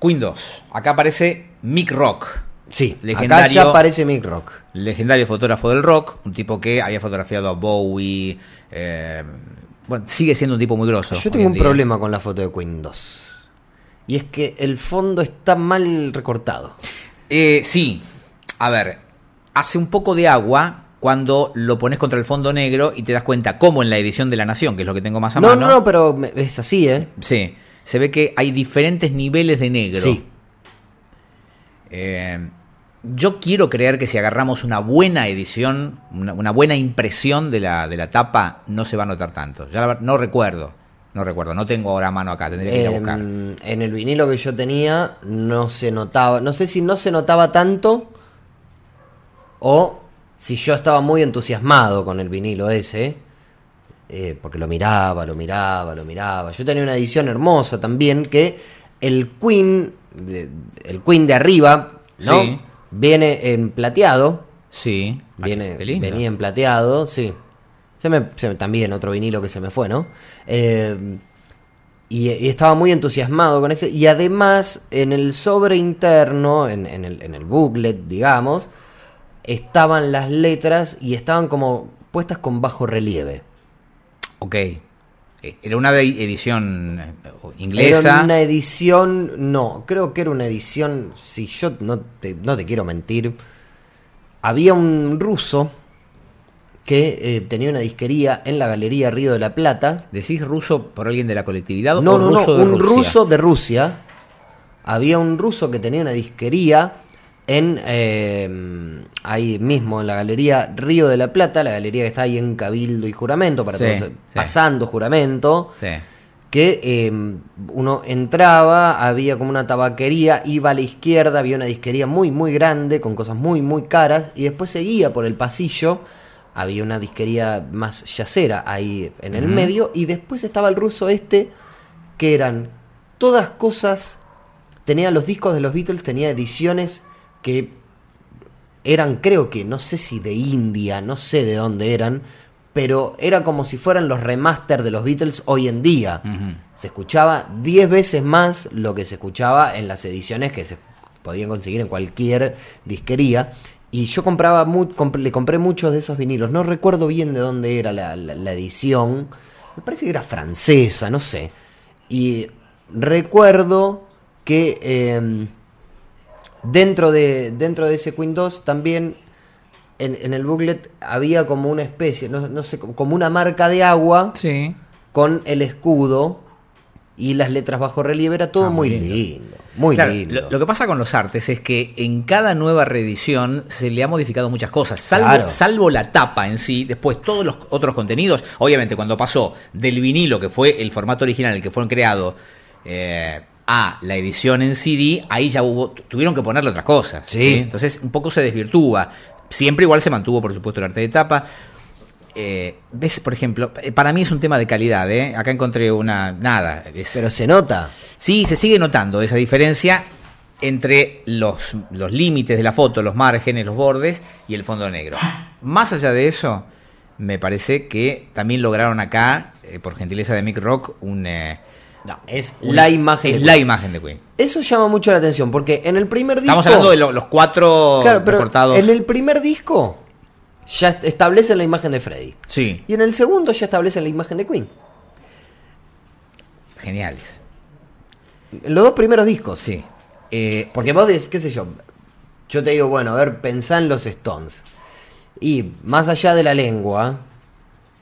A: Queen 2, acá aparece Mick Rock.
B: Sí, acá
A: Legendario.
B: ya aparece Mick Rock.
A: legendario fotógrafo del rock, un tipo que había fotografiado a Bowie. eh, bueno, sigue siendo un tipo muy grosso.
B: Yo
A: hoy en
B: tengo un
A: día.
B: problema con la foto de Queen 2. Y es que el fondo está mal recortado.
A: Eh, sí, a ver, hace un poco de agua cuando lo pones contra el fondo negro y te das cuenta, como en la edición de La Nación, que es lo que tengo más a
B: No,
A: mano.
B: no, no, pero me- es así, ¿eh?
A: Sí, se ve que hay diferentes niveles de negro.
B: Sí.
A: Eh, yo quiero creer que si agarramos una buena edición, una, una buena impresión de la, de la tapa, no se va a notar tanto. Ya la ver- no recuerdo, no recuerdo, no tengo ahora a mano acá, tendría que ir a
B: Em,
A: buscar.
B: en el vinilo que yo tenía no se notaba, no sé si no se notaba tanto o si yo estaba muy entusiasmado con el vinilo ese, eh, porque lo miraba, lo miraba, lo miraba. Yo tenía una edición hermosa también que el Queen, de- el Queen de arriba, ¿no?
A: Sí.
B: Viene en plateado.
A: Sí, Ah,
B: Viene,
A: qué lindo.
B: venía en plateado, sí. Se me, se me- también otro vinilo que se me fue, ¿no? Eh, y, y estaba muy entusiasmado con eso. Y además, en el sobre interno, en, en el, en el booklet, digamos, estaban las letras y estaban como puestas con bajo relieve.
A: Ok. Eh, Era una de- edición eh,
B: Era
A: inglesa.
B: una edición, no, creo que era una edición, si yo no te, no te quiero mentir, había un ruso que eh, tenía una disquería en la Galería Río de la Plata.
A: ¿Decís ruso por alguien de la colectividad
B: No,
A: o
B: no, no,
A: ruso de
B: un
A: Rusia?
B: ruso de Rusia. Había un ruso que tenía una disquería en eh, ahí mismo, en la Galería Río de la Plata, la galería que está ahí en Cabildo y Juramento, para
A: Sí,
B: todos,
A: sí.
B: pasando Juramento
A: Sí.
B: que eh, uno entraba, había como una tabaquería, iba a la izquierda, había una disquería muy, muy grande, con cosas muy, muy caras, y después seguía por el pasillo, había una disquería más yacera ahí en el medio, y después estaba el ruso este, que eran todas cosas, tenía los discos de los Beatles, tenía ediciones que eran, creo que, no sé si de India, no sé de dónde eran, pero era como si fueran los remaster de los Beatles hoy en día.
A: Ujú.
B: Se escuchaba 10 veces más lo que se escuchaba en las ediciones que se podían conseguir en cualquier disquería. Y yo compraba mu- comp- le compré muchos de esos vinilos. No recuerdo bien de dónde era la, la- la edición. Me parece que era francesa, no sé. Y recuerdo que em, dentro, de, dentro de ese Queen 2 también en, en el booklet había como una especie, no, no sé, como una marca de agua
A: Sí.
B: con el escudo y las letras bajo relieve. Era todo
A: Ah, muy
B: muy
A: lindo.
B: lindo. Muy
A: Claro,
B: lindo.
A: lo, lo que pasa con los artes es que en cada nueva reedición se le ha modificado muchas cosas, salvo,
B: Claro.
A: salvo la tapa en sí, después todos los otros contenidos, obviamente cuando pasó del vinilo, que fue el formato original en el que fueron creados, eh, a la edición en CD, ahí ya hubo, tuvieron que ponerle otras cosas.
B: Sí.
A: Entonces un poco se desvirtúa. Siempre igual se mantuvo, por supuesto, el arte de tapa. Eh, ¿Ves, por ejemplo? eh, Para mí es un tema de calidad, ¿eh? Acá encontré una... Nada. es-
B: Pero se nota.
A: Sí, se sigue notando esa diferencia entre los, los límites de la foto, los márgenes, los bordes y el fondo negro. Más allá de eso, me parece que también lograron acá, eh, por gentileza de Mick Rock, un... eh,
B: No, es
A: un-
B: la imagen.
A: es
B: de
A: la
B: Queen.
A: imagen de Queen.
B: Eso llama mucho la atención porque en el primer disco.
A: Estamos hablando de lo- los cuatro
B: Claro, pero
A: recortados.
B: en el primer disco ya est- establecen la imagen de Freddy.
A: Sí,
B: Y en el segundo ya establecen la imagen de Queen.
A: geniales.
B: En Los dos primeros discos.
A: Sí. Eh,
B: Porque vos, decís, qué sé yo, yo te digo, bueno, a ver, pensá en los Stones. Y más allá de la lengua,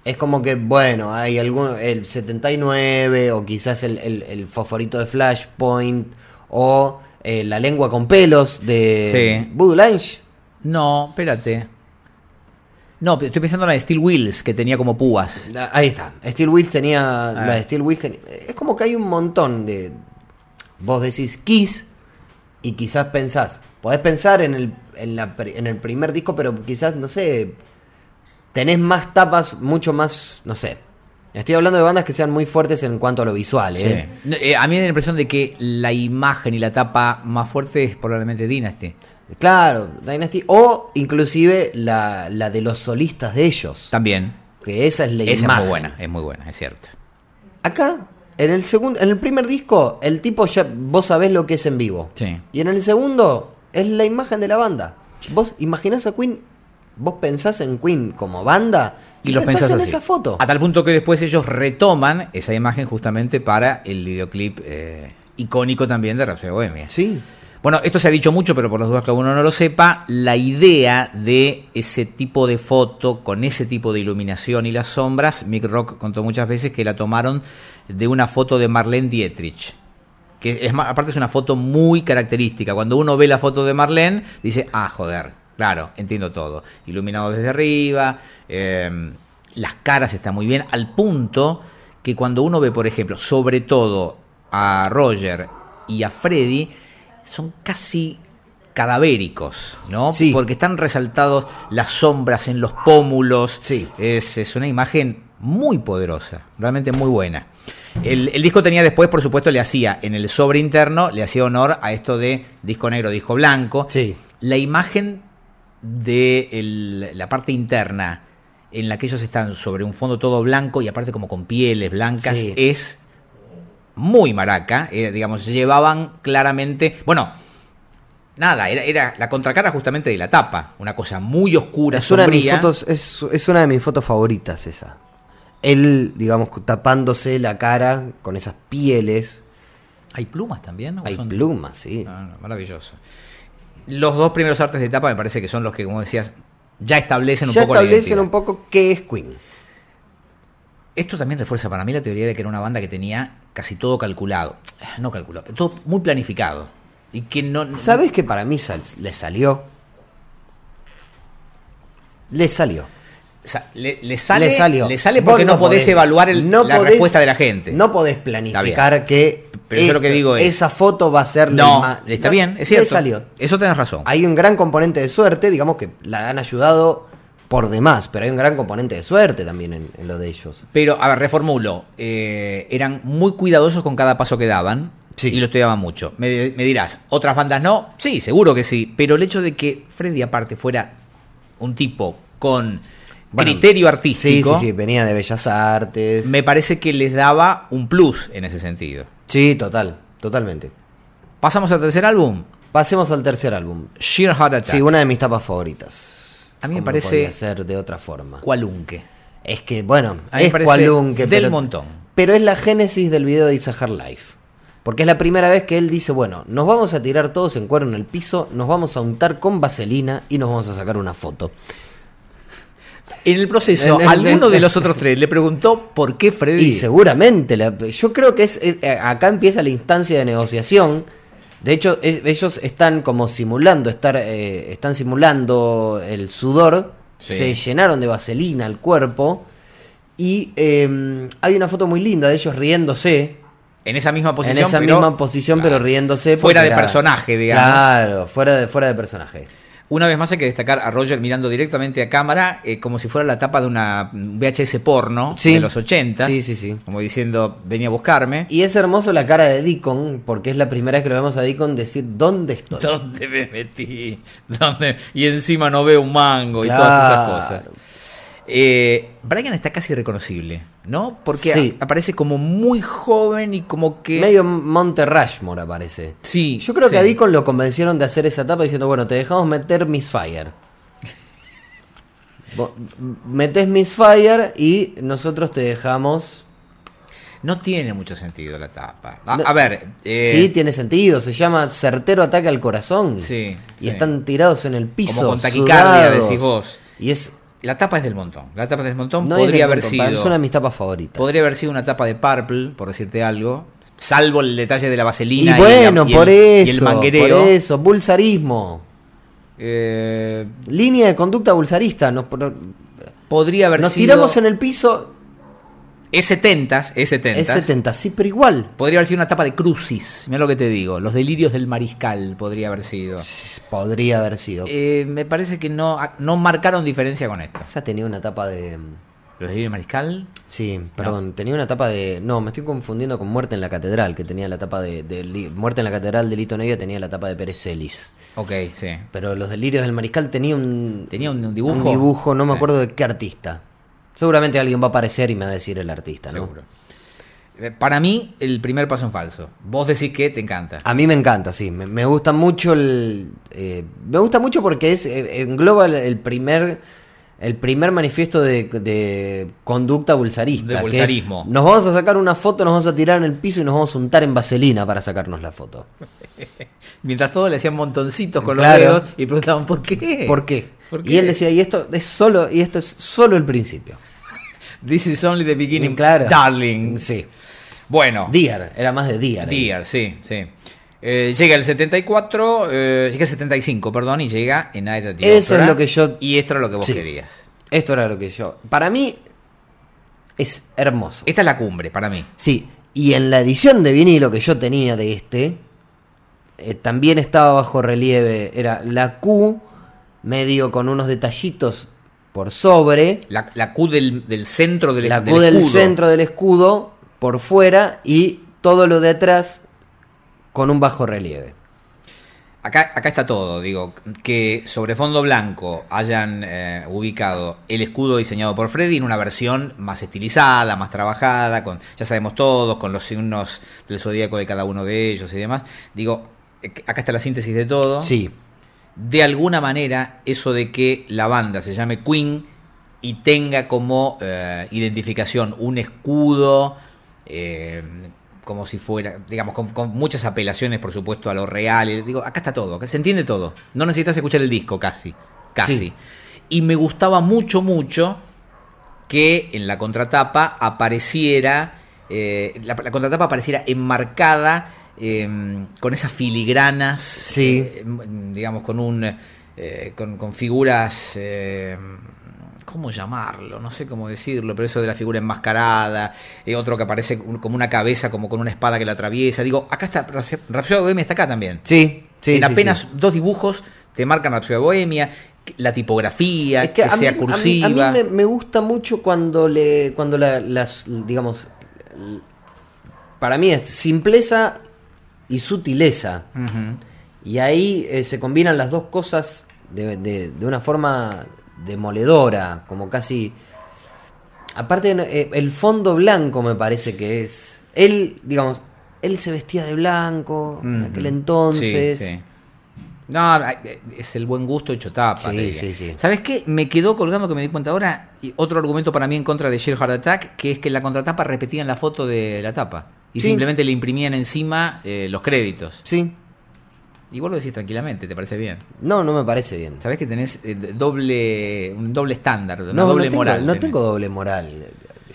B: es como que, bueno, hay algún, el 79 o quizás el, el- el fosforito de Flashpoint o eh, la lengua con pelos de
A: Sí.
B: Voodoo Lange.
A: no, espérate. No, pe- estoy pensando en la de Steel Wheels, que tenía como púas.
B: La- Ahí está. Steel Wheels tenía.
A: Ah.
B: La de Steel Wheels ten- Es como que hay un montón de. Vos decís Kiss y quizás pensás. Podés pensar en el, en la pri- en el primer disco, pero quizás, no sé. Tenés más tapas, mucho más. No sé. Estoy hablando de bandas que sean muy fuertes en cuanto a lo visual, ¿eh?
A: Sí. No, eh, a mí me da la impresión de que la imagen y la tapa más fuerte es probablemente Dynasty.
B: Claro, Dynasty. O inclusive la, la de los solistas de ellos.
A: También.
B: Que esa es la
A: Esa es
B: imagen.
A: muy buena, es muy buena, es cierto.
B: Acá, en el segundo, en el primer disco, el tipo ya vos sabés lo que es en vivo.
A: Sí.
B: Y en el segundo, es la imagen de la banda. Vos imaginás a Queen, vos pensás en Queen como banda
A: Y los pensás
B: pensás, en
A: así. Ah,
B: esa foto.
A: A tal punto que después ellos retoman esa imagen justamente para el videoclip eh, icónico también de Rhapsody Bohemia.
B: Sí.
A: Bueno, esto se ha dicho mucho, pero por las dudas que uno no lo sepa, la idea de ese tipo de foto con ese tipo de iluminación y las sombras, Mick Rock contó muchas veces que la tomaron de una foto de Marlene Dietrich. Que es, ma- aparte es una foto muy característica. Cuando uno ve la foto de Marlene, dice, ah, joder, claro, entiendo todo. Iluminado desde arriba, eh, las caras están muy bien, al punto que cuando uno ve, por ejemplo, sobre todo a Roger y a Freddy, son casi cadavéricos, ¿no?
B: Sí.
A: Porque están resaltados las sombras en los pómulos.
B: Sí.
A: Es, es una imagen muy poderosa, realmente muy buena. El, el disco tenía después, por supuesto, le hacía en el sobre interno, le hacía honor a esto de disco negro, disco blanco.
B: Sí.
A: La imagen de el- la parte interna en la que ellos están sobre un fondo todo blanco y aparte como con pieles blancas
B: Sí.
A: es muy maraca, eh, digamos, llevaban claramente, bueno, nada, era, era la contracara justamente de la tapa, una cosa muy oscura,
B: Es una, de mis
A: sombría.
B: fotos, es, es una de mis fotos favoritas esa. Él, digamos, tapándose la cara con esas pieles.
A: Hay plumas también, ¿no?
B: Hay
A: Son- Ah,
B: plumas, sí.
A: No, no, maravilloso. Los dos primeros artes de tapa me parece que son los que, como decías, ya establecen un
B: ya
A: poco la
B: establecen
A: identidad.
B: un poco qué es Queen.
A: Esto también refuerza para mí la teoría de que era una banda que tenía casi todo calculado. Ah, No calculado, todo muy planificado. Y que no.
B: ¿Sabes que para mí sal- le salió? Le salió.
A: sa- le, le sale,
B: le salió.
A: le sale
B: Vos
A: porque no, podés, evaluar el-
B: no
A: la
B: podés-
A: respuesta de la gente.
B: No podés planificar que.
A: Pero yo lo que digo es-
B: Esa foto va a ser la
A: No,
B: ima-
A: está
B: No,
A: bien, es cierto.
B: Le salió.
A: Eso tenés razón.
B: Hay un gran componente de suerte, digamos que la han ayudado por demás, pero hay un gran componente de suerte también en, en lo de ellos.
A: Pero, a ver, reformulo. Eh, eran muy cuidadosos con cada paso que daban.
B: Sí.
A: Y lo estudiaban mucho. Me, me dirás, ¿otras bandas no? Sí, seguro que sí. Pero el hecho de que Freddy, aparte, fuera un tipo con
B: Bueno,
A: criterio
B: Sí, sí,
A: artístico,
B: sí, venía de Bellas Artes.
A: me parece que les daba un plus en ese sentido.
B: Sí, total, totalmente.
A: Pasamos al tercer álbum,
B: Pasemos al tercer álbum.
A: Sheer Heart Attack.
B: Sí, una de mis tapas favoritas.
A: A mí me
B: Como no
A: parece-
B: podía ser de otra forma.
A: Cualunque.
B: Es que, bueno,
A: A mí me
B: es
A: parece
B: Cualunque,
A: del
B: pero-
A: montón.
B: Pero es la génesis del video de Isahar Life. Porque es la primera vez que él dice, bueno, nos vamos a tirar todos en cuero en el piso, nos vamos a untar con vaselina y nos vamos a sacar una foto.
A: En el proceso,
B: Del- del-
A: alguno
B: del-
A: de los otros tres le preguntó por qué Freddy.
B: Y seguramente, la- yo creo que es eh, acá empieza la instancia de negociación. De hecho, e- ellos están como simulando, estar, eh, están simulando el sudor.
A: Sí.
B: Se llenaron de vaselina el cuerpo. Y eh, hay una foto muy linda de ellos riéndose.
A: en esa misma posición.
B: en esa
A: pero-
B: misma posición, pero riéndose.
A: Fuera
B: porque
A: de personaje, digamos.
B: Claro, fuera de, fuera de personaje.
A: Una vez más hay que destacar a Roger mirando directamente a cámara, eh, como si fuera la tapa de una mm, VHS porno
B: Sí.
A: de los 80.
B: Sí, sí, sí.
A: Como diciendo, venía a buscarme.
B: Y es hermoso la cara de Deacon, porque es la primera vez que lo vemos a Deacon decir, ¿dónde estoy?
A: ¿Dónde me metí? ¿Dónde? Y encima no veo un mango y
B: Claro.
A: todas esas cosas. Eh, Brian está casi reconocible, ¿no? Porque
B: Sí.
A: a- aparece como muy joven y como que.
B: Medio Monte Rushmore aparece.
A: Sí.
B: Yo creo que a
A: sí.
B: Deacon lo convencieron de hacer esa etapa diciendo, bueno, te dejamos meter Misfire. Vos Metés Misfire y nosotros te dejamos...
A: No tiene mucho sentido la tapa. A,
B: No.
A: a ver. eh,
B: sí, tiene sentido. Se llama certero ataque al corazón.
A: Sí,
B: Y
A: sí.
B: están tirados en el piso.
A: Como con taquicardia,
B: sudados.
A: decís vos.
B: Y es...
A: La tapa es del montón. La tapa es del montón.
B: No es de
A: podría haber
B: Mountain Pass,
A: sido.
B: Es una de mis tapas favoritas.
A: Podría haber sido una tapa de Purple, por decirte algo. Salvo el detalle de la
B: Y
A: vaselina.
B: bueno,
A: la-
B: por
A: el-
B: eso.
A: Y el manguereo.
B: Por eso, bulsarismo.
A: Eh,
B: Línea de conducta bulsarista. Nos, pro-
A: podría haber
B: nos
A: sido.
B: tiramos en el piso.
A: Es 70s, es 70s.
B: Es 70, sí, pero igual.
A: Podría haber sido una tapa de Crucis. Mira lo que te digo. Los delirios del mariscal podría haber sido.
B: Podría haber sido.
A: Ah. Eh, me parece que no, ah, no marcaron diferencia con esto.
B: Esa tenía una tapa de. mm,
A: Los delirios del mariscal.
B: Sí, perdón, tenía una tapa de. No, me estoy confundiendo con Muerte en la Catedral, que tenía la tapa de. de Li- Muerte en la Catedral de Lito Nevia tenía la tapa de Pérez Celis.
A: Ok, sí.
B: Pero Los Delirios del Mariscal tenía un.
A: Tenía un- un dibujo.
B: Un dibujo, no me
A: Sí.
B: acuerdo de qué artista. Seguramente alguien va a aparecer y me va a decir el artista, ¿no?
A: Seguro. Eh, Para mí, el primer paso en falso. Vos decís que te encanta.
B: A mí me encanta, sí. Me, me gusta mucho el. eh, me gusta mucho porque es. eh, engloba el, el primer. El primer manifiesto de, de conducta bulsarista.
A: De
B: que es,
A: bulsarismo.
B: nos vamos a sacar una foto, nos vamos a tirar en el piso y nos vamos a untar en vaselina para sacarnos la foto.
A: Mientras todos le hacían montoncitos con
B: Claro.
A: los dedos y preguntaban por qué.
B: ¿Por qué?
A: ¿Por
B: Y
A: qué?
B: él decía, y esto es solo, y esto es solo el principio.
A: This is only the beginning,
B: Claro.
A: darling.
B: Sí.
A: Bueno,
B: Dear, era más de Dear. ahí.
A: Dear, sí, sí. Eh, llega el 74, eh, llega el 75, perdón, y llega en Aira the
B: Eso es
A: Opera.
B: lo que yo-
A: Y esto es lo que vos
B: Sí.
A: querías.
B: Esto era lo que yo. Para mí es hermoso.
A: Esta es la cumbre para mí.
B: Sí, y en la edición de vinilo que yo tenía de este, eh, también estaba bajo relieve, era la Q, medio con unos detallitos por sobre,
A: La, la Q del, del centro del
B: la Q
A: del
B: del
A: escudo.
B: centro del escudo por fuera y todo lo de atrás con un bajo relieve.
A: Acá, acá está todo, digo, que sobre fondo blanco hayan eh, ubicado el escudo diseñado por Freddy en una versión más estilizada, más trabajada, con ya sabemos todos, con los signos del zodíaco de cada uno de ellos y demás. Digo, eh, acá está la síntesis de todo.
B: Sí,
A: De alguna manera, eso de que la banda se llame Queen y tenga como eh, identificación un escudo, eh, como si fuera, digamos, con, con muchas apelaciones, por supuesto, a lo real. Y Digo, acá está todo, acá se entiende todo. No necesitas escuchar el disco, casi, casi.
B: Sí.
A: Y me gustaba mucho, mucho que en la contratapa apareciera, eh, la, la contratapa apareciera enmarcada eh, con esas filigranas,
B: Sí.
A: eh, m- digamos, con un eh, con, con figuras, eh, ¿cómo llamarlo? No sé cómo decirlo, pero eso de la figura enmascarada, eh, otro que aparece un- como una cabeza, como con una espada que la atraviesa. Digo, acá está, Rhapsody Rhapsody de Bohemia está acá también.
B: sí, sí.
A: en
B: sí,
A: apenas
B: sí.
A: dos dibujos te marcan Rhapsody de Bohemia, que- la tipografía,
B: Es
A: que,
B: a mí-
A: sea
B: a mí-
A: cursiva.
B: A mí, me, me gusta mucho cuando le. cuando la- las. digamos. l- Para mí es simpleza y sutileza.
A: Ujú.
B: Y ahí eh, se combinan las dos cosas de, de- de una forma demoledora, como casi... Aparte, no, eh, el fondo blanco me parece que es... Él, digamos, él se vestía de blanco en aquel
A: Ujú.
B: entonces.
A: Sí, sí. No, eh, es el buen gusto hecho tapa.
B: Sí,
A: te diría.
B: sí, sí.
A: ¿Sabes qué? Me quedó colgando que me di cuenta ahora. Y otro argumento para mí en contra de Sheer Heart Attack, que es que en la contratapa repetían la foto de la tapa. Y
B: Sí.
A: simplemente le imprimían encima eh, los créditos.
B: Sí.
A: Igual lo decís tranquilamente, ¿te parece bien?
B: No, no me parece bien.
A: ¿Sabes que tenés eh, doble un doble estándar, una
B: no,
A: doble
B: no tengo,
A: moral?
B: No
A: tenés?
B: tengo doble moral.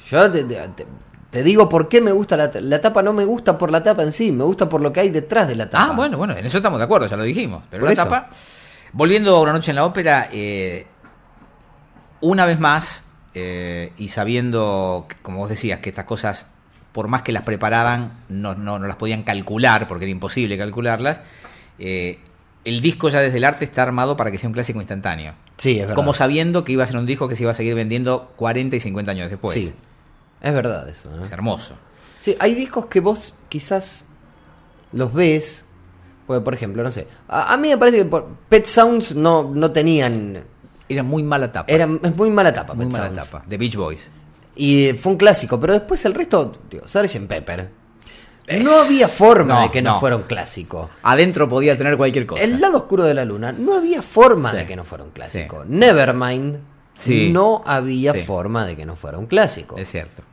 B: Yo te, te- te- te digo por qué me gusta la, ta- la tapa. No me gusta por la tapa en sí, me gusta por lo que hay detrás de la tapa.
A: Ah, bueno, bueno, en eso estamos de acuerdo, ya lo dijimos. Pero
B: Por
A: la
B: eso.
A: tapa. Volviendo a Una Noche en la Ópera, eh, una vez más, eh, y sabiendo, que, como vos decías, que estas cosas, por más que las preparaban, no, no- no las podían calcular, porque era imposible calcularlas, eh, el disco ya desde el arte está armado para que sea un clásico instantáneo.
B: Sí, es verdad.
A: Como sabiendo que iba a ser un disco que se iba a seguir vendiendo 40 y 50 años después.
B: Sí, es verdad eso. ¿eh?
A: Es hermoso.
B: Sí, hay discos que vos quizás los ves. Porque, por ejemplo, no sé. A, a mí me parece que por- Pet Sounds no, no tenían
A: Era muy mala tapa.
B: Era, es muy mala tapa,
A: muy
B: Pet
A: mala
B: Sounds.
A: tapa. De Beach Boys.
B: Y fue un clásico, pero después el resto, digo, Sgt. Pepper. No había forma
A: no,
B: de que no,
A: no.
B: fuera un clásico.
A: Adentro podía tener cualquier cosa.
B: El lado oscuro de la luna, no había forma
A: Sí.
B: de que no fuera un clásico. Nevermind,
A: Sí.
B: no había
A: Sí.
B: forma de que no fuera un clásico.
A: Es cierto.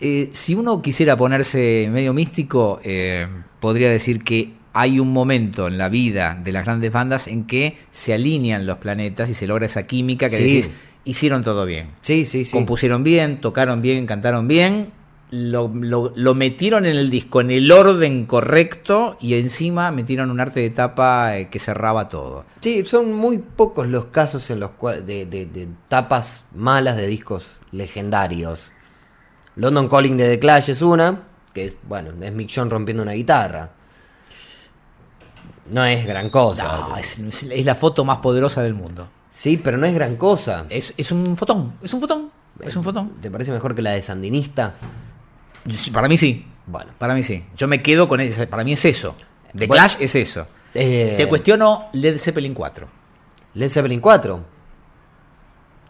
A: Eh, si uno quisiera ponerse medio místico, eh, podría decir que hay un momento en la vida de las grandes bandas en que se alinean los planetas y se logra esa química que
B: Sí.
A: decís, hicieron todo bien.
B: Sí, sí, sí.
A: Compusieron bien, tocaron bien, cantaron bien, lo, lo- lo metieron en el disco en el orden correcto y encima metieron un arte de tapa eh, que cerraba todo.
B: Sí, son muy pocos los casos en los cuales de, de- de tapas malas de discos legendarios. London Calling de The Clash es una, que es, bueno, es Mick John rompiendo una guitarra. No es gran cosa.
A: No, es, es la foto más poderosa del mundo.
B: Sí, pero no es gran cosa. Eh,
A: Es, es un fotón, es un fotón, es un fotón.
B: ¿Te parece mejor que la de Sandinista?
A: Yo sí, Para mí sí,
B: Bueno.
A: para mí sí. Yo me quedo con eso, para mí es eso. The
B: Bueno.
A: Clash es eso.
B: eh,
A: Te cuestiono Led Zeppelin 4.
B: Led Zeppelin 4.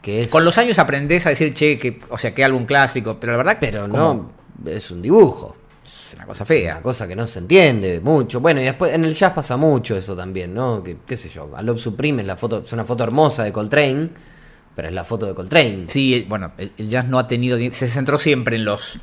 B: Que es.
A: Con los años aprendés a decir, che, que, o sea, qué álbum clásico, pero la verdad
B: pero
A: como-
B: no, es un dibujo.
A: es una cosa
B: Una
A: fea.
B: cosa que no se entiende mucho. Bueno, y después en el jazz pasa mucho eso también, ¿no? Que, qué sé yo, a Love Supreme es, la foto, es una foto hermosa de Coltrane, pero es la foto de Coltrane.
A: Sí, el- bueno, el, el jazz no ha tenido, se centró siempre en los,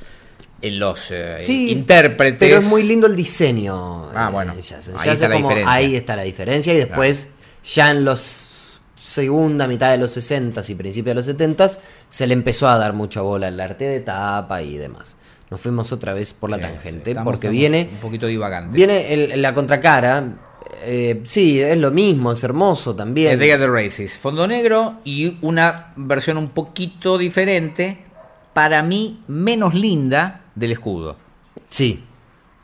A: en los eh,
B: Sí,
A: intérpretes.
B: Pero es muy lindo el diseño.
A: Ah,
B: eh,
A: bueno,
B: en jazz. En
A: ahí
B: jazz
A: está
B: es
A: la
B: como-
A: diferencia.
B: ahí está la diferencia. Y después, ya en los segunda mitad de los 60s y principio de los 70s, se le empezó a dar mucha bola el arte de tapa y demás. Nos fuimos otra vez por la
A: Sí,
B: tangente,
A: sí, estamos-
B: porque
A: estamos
B: viene
A: Un poquito divagante.
B: Viene el- la contracara. eh, sí, es lo mismo, es hermoso
A: The
B: también.
A: Day of the Races, fondo negro y una versión un poquito diferente, para mí menos linda, del escudo.
B: Sí,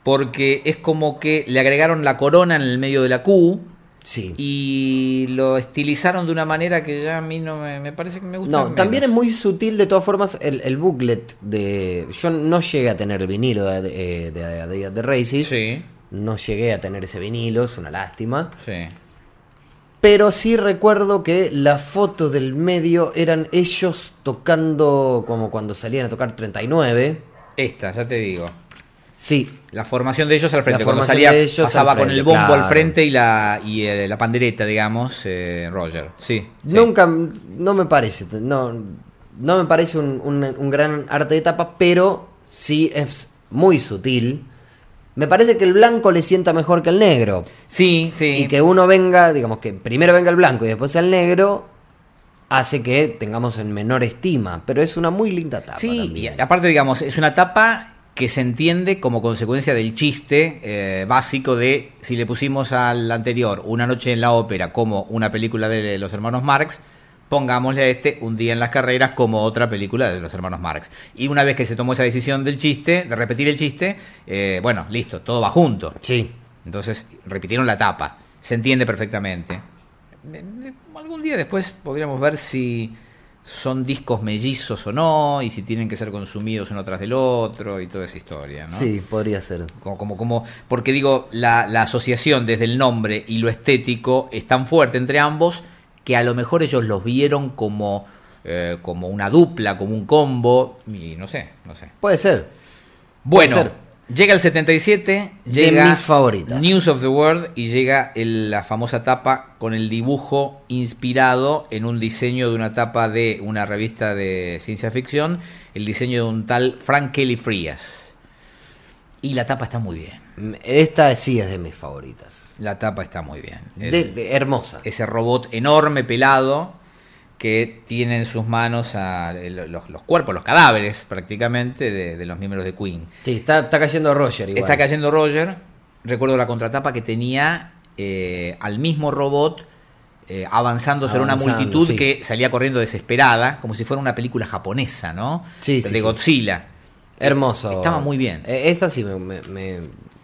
A: Porque es como que le agregaron la corona en el medio de la Q
B: sí.
A: y lo estilizaron de una manera que ya a mí no me, me parece que me gusta.
B: no,
A: menos.
B: también es muy sutil de todas formas el, el booklet de... Yo no llegué a tener el vinilo de, de, de- de- de Races.
A: Sí,
B: No llegué a tener ese vinilo, es una lástima.
A: sí.
B: Pero sí recuerdo que las fotos del medio eran ellos tocando como cuando salían a tocar 39.
A: Esta, ya te digo.
B: Sí,
A: La formación de ellos al frente.
B: La
A: Cuando
B: formación
A: salía,
B: de ellos al
A: pasaba con
B: frente,
A: el bombo
B: claro.
A: al frente y la, y, eh, la pandereta, digamos, eh, Roger. Sí. sí.
B: Nunca, no me parece, no, no me parece un, un- un gran arte de tapa, pero sí es muy sutil. Me parece que el blanco le sienta mejor que el negro.
A: Sí, sí.
B: Y que uno venga, digamos que primero venga el blanco y después el negro, hace que tengamos en menor estima. Pero es una muy linda tapa.
A: Sí, y
B: también.
A: aparte, digamos, es una tapa que se entiende como consecuencia del chiste eh, básico de si le pusimos al anterior Una noche en la ópera como una película de los hermanos Marx, pongámosle a este Un día en las carreras como otra película de los hermanos Marx. Y una vez que se tomó esa decisión del chiste, de repetir el chiste, eh, bueno, listo, todo va junto.
B: sí.
A: Entonces, repitieron la tapa, se entiende perfectamente. Eh, eh, Algún día después podríamos ver si son discos mellizos o no, y si tienen que ser consumidos uno tras del otro, y toda esa historia, ¿no?
B: sí, podría ser.
A: Como, como, como, porque digo, la, la asociación desde el nombre y lo estético es tan fuerte entre ambos que a lo mejor ellos los vieron como, eh, como una dupla, como un combo, y no sé, no sé.
B: Puede ser.
A: Bueno,
B: ser.
A: llega el 77,
B: De
A: llega
B: mis favoritas.
A: News of the World y llega el- la famosa tapa con el dibujo inspirado en un diseño de una tapa de una revista de ciencia ficción, el diseño de un tal Frank Kelly Frías. Y la tapa está muy bien.
B: Esta sí es de mis favoritas.
A: La tapa está muy bien. El-
B: De- de- hermosa.
A: ese robot enorme, pelado, que tiene en sus manos a- el- los, los cuerpos, los cadáveres prácticamente de, de los miembros de Queen.
B: Sí, está, está cayendo Roger igual.
A: Está cayendo Roger. Recuerdo la contratapa que tenía eh, al mismo robot eh, avanzando sobre una
B: Avanzando,
A: multitud
B: sí.
A: que salía corriendo desesperada, como si fuera una película japonesa, ¿no?
B: Sí,
A: de
B: sí, sí.
A: Godzilla.
B: Hermoso.
A: Estaba muy bien.
B: Eh, Esta sí me, me- me-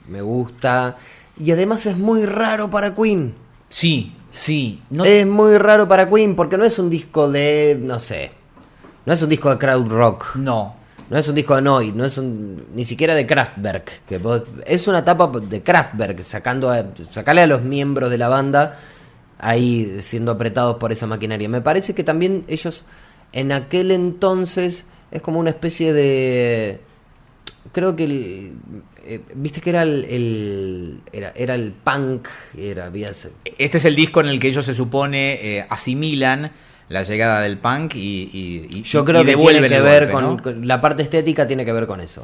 B: me gusta. Y además es muy raro para Queen.
A: Sí, sí. No,
B: Es muy raro para Queen porque no es un disco de, no sé, no es un disco de crowd rock.
A: no.
B: No es un disco de Noid, no es un, ni siquiera de Kraftwerk. Que vos- es una etapa de Kraftwerk, sacando a, sacale a los miembros de la banda ahí siendo apretados por esa maquinaria. Me parece que también ellos en aquel entonces es como una especie de... Creo que el- eh, viste que era el, el- era, era el punk, era había ese-
A: Este es el disco en el que ellos se supone eh, asimilan la llegada del punk y, y- y-
B: Yo
A: y-
B: creo
A: y
B: que tiene
A: devuelven
B: que
A: el
B: ver
A: golpe,
B: con,
A: ¿no?
B: con- la parte estética tiene que ver con eso.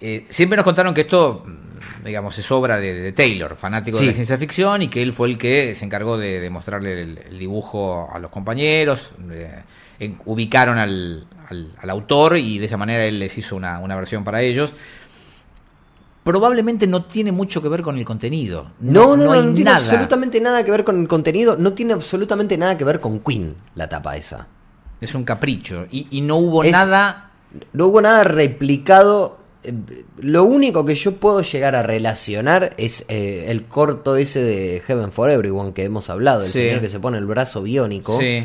A: Eh, siempre nos contaron que esto, mm, digamos, es obra de, de Taylor, fanático
B: Sí.
A: de la ciencia ficción, y que él fue el que se encargó de, de mostrarle el, el dibujo a los compañeros. eh, en- ubicaron al, al- al autor y de esa manera él les hizo una, una versión para ellos. Probablemente no tiene mucho que ver con el contenido.
B: No, no, no,
A: hay
B: no tiene
A: nada.
B: absolutamente nada que ver con el contenido, no tiene absolutamente nada que ver con Queen, la tapa esa.
A: Es un capricho. Y, y no hubo
B: Es-
A: nada.
B: No hubo nada replicado. eh, Lo único que yo puedo llegar a relacionar es eh, el corto ese de Heaven for Everyone que hemos hablado, el
A: Sí.
B: señor que se pone el brazo biónico.
A: Sí.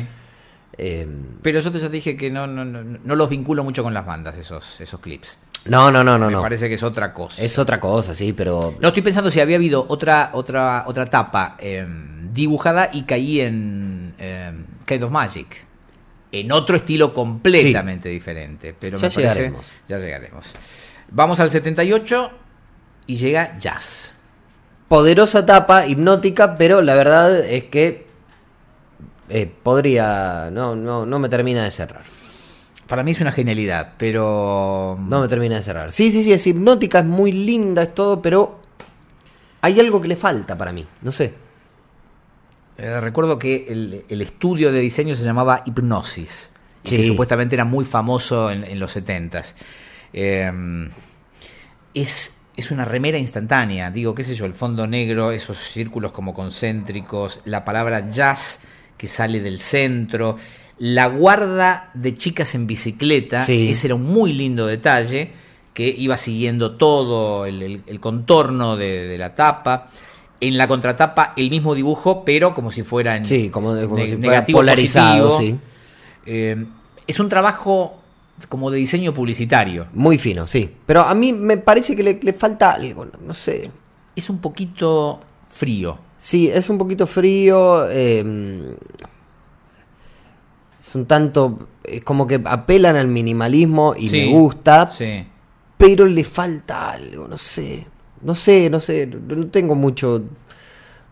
B: Eh,
A: Pero yo te ya te dije que no, no, no, no los vinculo mucho con las bandas, esos, esos clips.
B: no, no, no, no,
A: Me
B: no.
A: parece que es otra cosa.
B: Es otra cosa, sí, pero
A: No estoy pensando si había habido otra otra otra tapa eh, dibujada y caí en eh, Kind of Magic. En otro estilo completamente diferente. Pero
B: Ya
A: me parece.
B: llegaremos.
A: Ya llegaremos. Vamos al 78 y llega Jazz.
B: poderosa tapa, hipnótica, pero la verdad es que eh, podría, no, no, no me termina de cerrar.
A: Para mí es una genialidad, pero.
B: No me termina de cerrar. Sí, sí, sí, es hipnótica, es muy linda, es todo, pero hay algo que le falta para mí, no sé.
A: Eh, recuerdo que el, el estudio de diseño se llamaba Hipnosis, y
B: Sí.
A: que supuestamente era muy famoso en, en los 70s. Eh, es, es una remera instantánea, digo, qué sé yo, el fondo negro, esos círculos como concéntricos, la palabra jazz que sale del centro, la guarda de chicas en bicicleta,
B: Sí.
A: ese era un muy lindo detalle que iba siguiendo todo el, el- el contorno de, de la tapa. En la contratapa el mismo dibujo, pero como si fuera en
B: Sí, como, como
A: ne-
B: si fuera
A: negativo,
B: polarizado,
A: positivo. Eh, es un trabajo como de diseño publicitario.
B: sí. Muy fino, sí. Pero a mí me parece que le, le falta algo, no- no sé.
A: Es un poquito frío.
B: Sí, es un poquito frío. eh, es un tanto. Es como que apelan al minimalismo y
A: Sí,
B: me gusta,
A: Sí.
B: pero le falta algo, no sé. No sé, no sé. No, no tengo mucho. no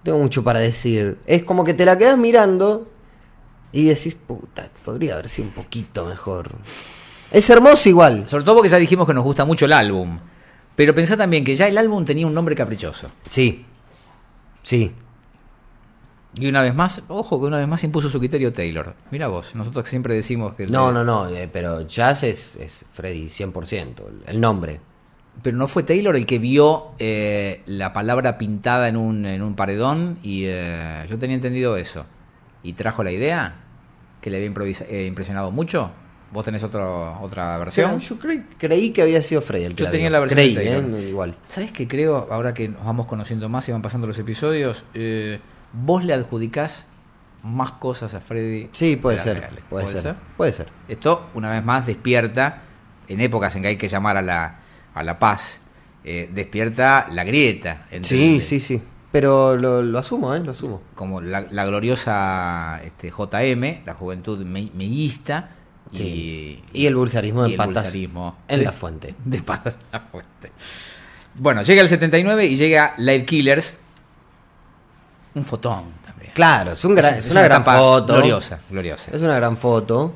B: Tengo mucho para decir. Es como que te la quedas mirando y decís, puta, podría haber sido un poquito mejor. Es hermoso igual.
A: Sobre todo porque ya dijimos que nos gusta mucho el álbum. Pero pensá también que ya el álbum tenía un nombre caprichoso.
B: Sí. Sí.
A: Y una vez más, ojo que una vez más impuso su criterio Taylor. Mira vos, nosotros siempre decimos que... el-
B: No, no, no, eh, pero Jazz es, es Freddy 100%, el- el nombre.
A: Pero no fue Taylor el que vio eh, la palabra pintada en un, en un paredón y eh, yo tenía entendido eso. Y trajo la idea que le había improvisa- eh, impresionado mucho. ¿Vos tenés otro, otra versión?
B: Yo cre- creí que había sido Freddy el que
A: Yo
B: la
A: tenía
B: vio.
A: la versión
B: Creí,
A: de Taylor.
B: ¿eh? No, Igual.
A: ¿Sabes qué creo? Ahora que nos vamos conociendo más y van pasando los episodios, eh, vos le adjudicás más cosas a Freddy.
B: Sí, puede
A: de las
B: ser,
A: reales.
B: puede, ser, Puede ser.
A: Esto, una vez más, despierta, en épocas en que hay que llamar a la, a la paz, eh, despierta la grieta. entre-
B: Sí, sí, sí. Pero lo, lo asumo, ¿eh? Lo asumo.
A: Como la, la gloriosa este, JM, la juventud me- meguista. y-
B: Sí. Y el bursarismo de
A: y el
B: patas
A: bursarismo
B: en
A: de-
B: la fuente.
A: de patas a la fuente. Bueno, llega el 79 y llega Live Killers. Un fotón también.
B: Claro, es, un gran- es, una, gran
A: tapa
B: foto.
A: Gloriosa, gloriosa.
B: Es una gran foto.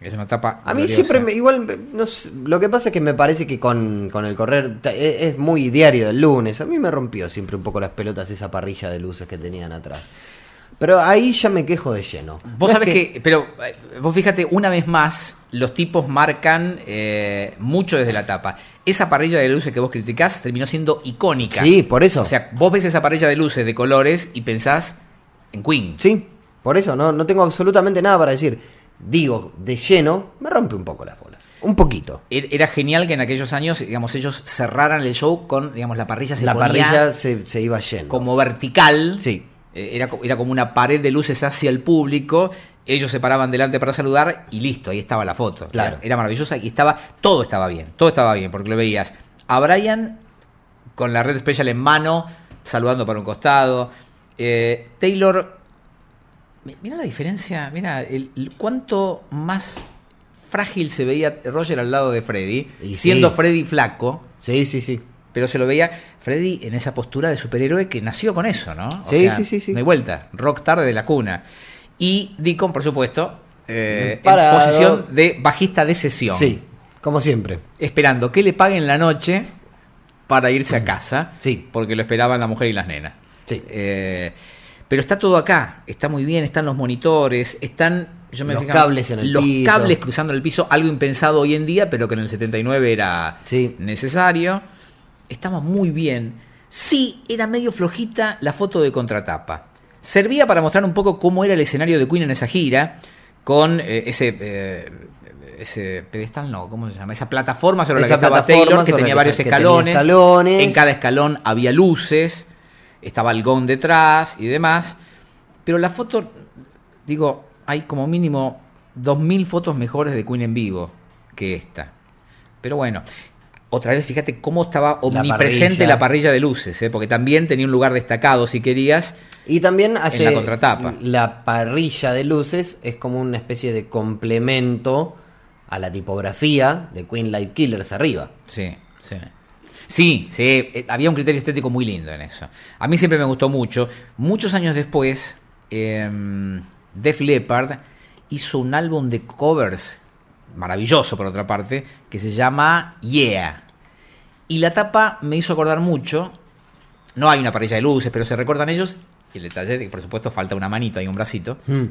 A: Es una tapa.
B: A mí
A: gloriosa.
B: siempre, me- igual, me- no sé, lo que pasa es que me parece que con, con el correr ta- e- es, muy diario del lunes. A mí me rompió siempre un poco las pelotas esa parrilla de luces que tenían atrás. Pero ahí ya me quejo de lleno. No
A: Vos
B: es
A: sabés que... pero eh, vos fíjate, una vez más, los tipos marcan eh, mucho desde la tapa. Esa parrilla de luces que vos criticás terminó siendo icónica.
B: Sí, por eso.
A: O sea, vos ves esa parrilla de luces de colores y pensás en Queen.
B: Sí, por eso no, no tengo absolutamente nada para decir. Digo, de lleno, me rompe un poco las bolas. Un poquito.
A: Er- Era genial que en aquellos años, digamos, ellos cerraran el show con, digamos, la parrilla se
B: la
A: ponía
B: parrilla se, se iba yendo.
A: como vertical.
B: Sí.
A: Eh, Era, co- era como una pared de luces hacia el público. Ellos se paraban delante para saludar y listo, ahí estaba la foto.
B: Claro.
A: Era, era maravillosa y estaba, todo estaba bien, todo estaba bien, porque lo veías a Brian con la red special en mano, saludando para un costado. Eh, Taylor Mi- Mira la diferencia, mira el, el- cuánto más frágil se veía Roger al lado de Freddy,
B: Y
A: siendo
B: sí.
A: Freddy flaco,
B: Sí, sí, sí.
A: pero se lo veía Freddy en esa postura de superhéroe que nació con eso, ¿no?
B: Sí, sí, sí, sí.
A: No hay vuelta, rock tarde de la cuna. Y Deacon, por supuesto, eh, en
B: Parado.
A: posición de bajista de sesión,
B: Sí, como siempre.
A: esperando que le paguen la noche para irse a casa,
B: Sí.
A: porque lo esperaban la mujer y las nenas.
B: Sí.
A: Eh, pero está todo acá, está muy bien, están los monitores, están yo me
B: Los
A: fijaba,
B: cables en el
A: los
B: piso.
A: cables cruzando el piso, algo impensado hoy en día, pero que en el 79 era
B: Sí.
A: necesario. Estaba muy bien. Sí, era medio flojita la foto de contratapa. Servía para mostrar un poco cómo era el escenario de Queen en esa gira, con eh, ese, eh, ese pedestal, no, ¿cómo se llama? Esa plataforma sobre
B: Esa
A: la que estaba
B: plataforma
A: Taylor, que
B: sobre
A: tenía
B: la que-
A: varios
B: que tenía
A: escalones.
B: escalones.
A: En cada escalón había luces, estaba Algón detrás y demás. Pero la foto, digo, hay como mínimo 2.000 fotos mejores de Queen en vivo que esta. Pero bueno, otra vez fíjate cómo estaba omnipresente
B: parrilla.
A: la parrilla, de luces, ¿eh? porque también tenía un lugar destacado si querías.
B: Y también hace
A: la contratapa.
B: la parrilla de luces es como una especie de complemento a la tipografía de Queen Light Killers arriba.
A: Sí, sí. Sí, sí, eh, había un criterio estético muy lindo en eso. A mí siempre me gustó mucho. Muchos años después, em, Def Leppard hizo un álbum de covers, maravilloso por otra parte, que se llama Yeah. Y la tapa me hizo acordar mucho. No hay una parrilla de luces, pero se recuerdan ellos. Y el detalle de que, por supuesto, falta una manito y un bracito en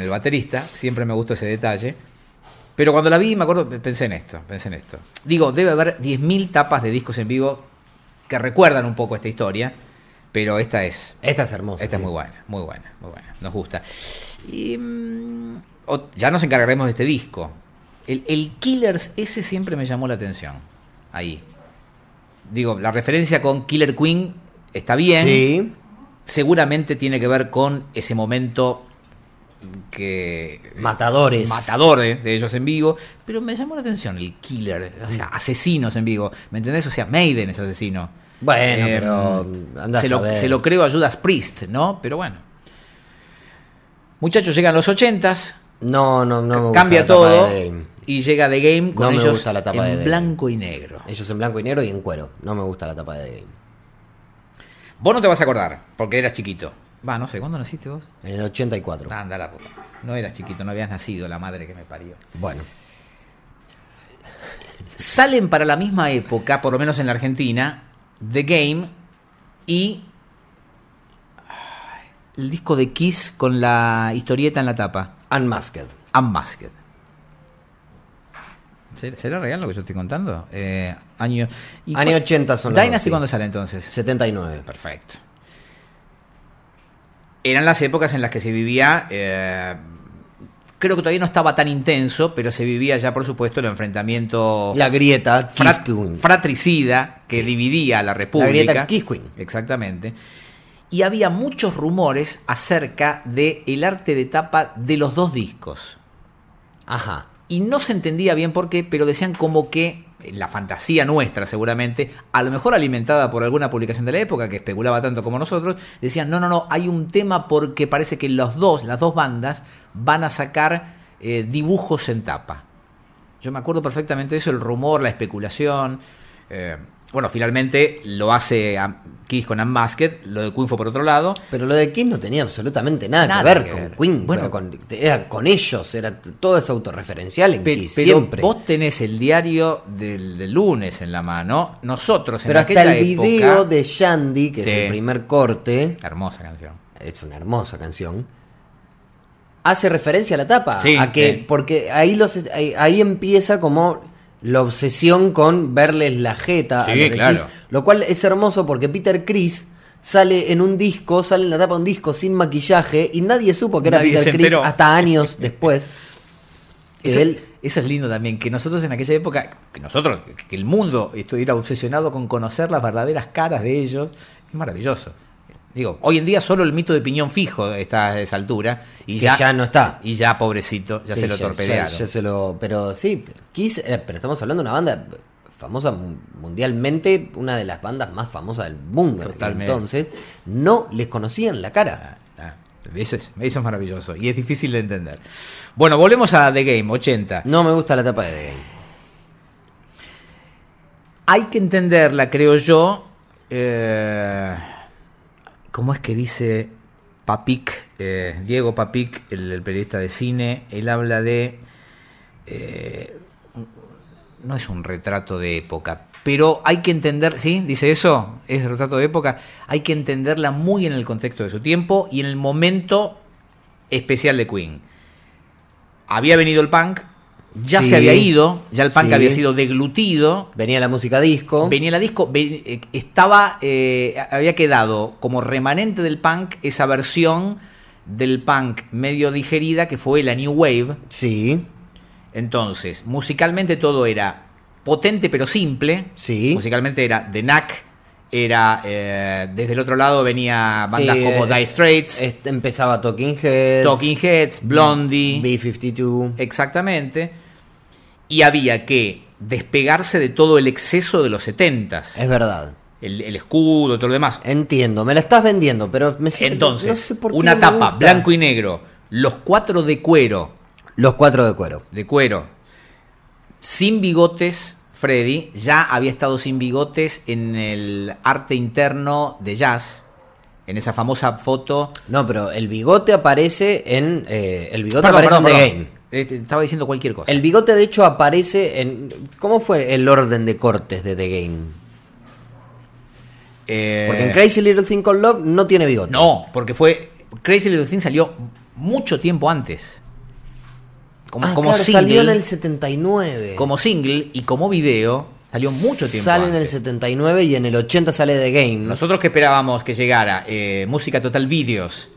A: el baterista. Siempre me gustó ese detalle. Pero cuando la vi, me acuerdo, pensé en esto, pensé en esto. Digo, debe haber 10.000 tapas de discos en vivo que recuerdan un poco esta historia, pero esta es,
B: Esta es hermosa.
A: esta es
B: sí.
A: muy buena, muy buena, muy buena, nos gusta. Y, mm, o- ya nos encargaremos de este disco. El, el Killers, ese siempre me llamó la atención, ahí. Digo, la referencia con Killer Queen está bien,
B: Sí.
A: seguramente tiene que ver con ese momento que
B: Matadores.
A: matador de, de ellos en vivo, pero me llamó la atención el killer, o
B: Mm.
A: sea, asesinos en vivo, ¿me entendés? O sea, Maiden es asesino.
B: Bueno,
A: Eh,
B: pero anda
A: se,
B: a
A: lo,
B: saber.
A: se lo creo a Judas Priest, ¿no? Pero bueno. Muchachos, llegan los ochentas,
B: No, no, no. me gusta
A: cambia
B: la tapa
A: todo
B: de Dame.
A: y llega The Game con
B: No me
A: ellos
B: gusta la tapa de
A: en
B: Dame.
A: blanco y negro.
B: Ellos en blanco y negro y en cuero. No me gusta la tapa de Dame.
A: Vos no te vas a acordar, porque eras chiquito. Va, no sé, ¿cuándo naciste vos?
B: En el 84.
A: Anda la puta. No eras chiquito, no habías nacido, la madre que me parió.
B: Bueno.
A: salen para la misma época, por lo menos en la Argentina, The Game y el disco de Kiss con la historieta en la tapa,
B: Unmasked.
A: Unmasked. ¿Será- ¿Será real lo que yo estoy contando? Eh, año y
B: Año
A: cua-
B: 80 son los dos,
A: Dynasty
B: sí.
A: cuándo sale entonces?
B: 79.
A: Perfecto. Eran las épocas en las que se vivía, eh, creo que todavía no estaba tan intenso, pero se vivía ya, por supuesto, el enfrentamiento
B: La grieta. Kiss
A: Oh. frat-
B: Queen.
A: fratricida que dividía a la República.
B: grieta Kiss Queen.
A: Exactamente. Y había muchos rumores acerca del el arte de tapa de los dos discos.
B: Ajá.
A: Y no se entendía bien por qué, pero decían como que eh, la fantasía nuestra seguramente, a lo mejor alimentada por alguna publicación de la época que especulaba tanto como nosotros, decían, no, no, no, hay un tema porque parece que los dos, las dos bandas, van a sacar eh, dibujos en tapa. Yo me acuerdo perfectamente de eso, el rumor, la especulación. eh, bueno, finalmente lo hace a- Kiss con Unmasked, lo de Queen fue por otro lado.
B: Pero lo de Kiss no tenía absolutamente nada,
A: Nada
B: que ver
A: que
B: con
A: ver.
B: Queen.
A: Bueno.
B: pero con, era con ellos, era t- todo es autorreferencial en
A: Pe- Pero,
B: Kiss, siempre.
A: vos tenés el diario del, del lunes en la mano. Nosotros en
B: pero hasta
A: aquella
B: el video
A: época-
B: de Shandy, que
A: Sí.
B: es el primer corte,
A: Hermosa canción.
B: es una hermosa canción, hace referencia a la tapa.
A: Sí,
B: a que,
A: sí.
B: Porque ahí, los, ahí, ahí empieza como la obsesión con verles la jeta
A: Sí,
B: a los de
A: claro.
B: Kiss, lo cual es hermoso porque Peter Chris sale en un disco, sale en la tapa de un disco sin maquillaje y nadie supo que era
A: Nadie se
B: Peter Chris
A: enteró.
B: hasta años después. Que
A: Eso,
B: él-
A: eso es lindo también, que nosotros en aquella época, que nosotros, que el mundo estuviera obsesionado con conocer las verdaderas caras de ellos, es maravilloso. Digo, hoy en día solo el mito de piñón fijo está a esa altura y
B: que
A: ya,
B: ya, no está.
A: y ya pobrecito, ya
B: Sí,
A: se lo torpedearon.
B: ya se lo- pero sí, Kiss, eh, pero estamos hablando de una banda famosa mu- mundialmente, una de las bandas más famosas del mundo en aquel
A: Totalmente.
B: entonces, no les conocían la cara.
A: Ah, ah, Eso es, eso es maravilloso y es difícil de entender. Bueno, volvemos a The Game, 80.
B: No me gusta la tapa de The Game.
A: Hay que entenderla, creo yo. eh, ¿Cómo es que dice Papic, eh, Diego Papic, el, el periodista de cine? Él habla de. eh, un- no es un retrato de época, pero hay que entender. ¿Sí? Dice eso, es retrato de época. Hay que entenderla muy en el contexto de su tiempo y en el momento especial de Queen. Había venido el punk, ya
B: Sí,
A: se había ido, ya el punk
B: sí.
A: había sido deglutido.
B: Venía la música disco.
A: Venía la disco, ven- eh, estaba, eh, había quedado como remanente del punk esa versión del punk medio digerida que fue la New Wave.
B: Sí.
A: Entonces, musicalmente todo era potente pero simple.
B: Sí.
A: Musicalmente era The Knack, era eh, desde el otro lado venía bandas
B: Sí,
A: como
B: eh, eh,
A: Dire Straits,
B: Este, empezaba Talking Heads.
A: Talking Heads, Blondie.
B: B52.
A: Exactamente. Y había que despegarse de todo el exceso de los 70s.
B: Es verdad.
A: El, el escudo, todo lo demás.
B: Entiendo, me la estás vendiendo, pero me sigue-
A: Entonces,
B: no sé por qué
A: una
B: no me
A: tapa
B: gusta.
A: blanco y negro, los cuatro de cuero,
B: Los cuatro de cuero.
A: de cuero, sin bigotes, Freddy, ya había estado sin bigotes en el arte interno de jazz, en esa famosa foto.
B: No, pero el bigote aparece en. eh, el bigote
A: Perdón,
B: aparece
A: perdón,
B: en The
A: perdón.
B: Game.
A: Eh, Estaba diciendo cualquier cosa.
B: El bigote, de hecho, aparece en. ¿Cómo fue el orden de cortes de The Game?
A: Eh,
B: Porque en Crazy Little Thing Called Love no tiene bigote.
A: No, porque fue. Crazy Little Thing salió mucho tiempo antes. Como,
B: Ah,
A: como
B: claro,
A: single.
B: salió en el 79.
A: Como single y como video salió mucho tiempo
B: Sale en el
A: antes.
B: 79 y en el 80 sale The Game.
A: Nosotros que esperábamos que llegara eh, Música Total Videos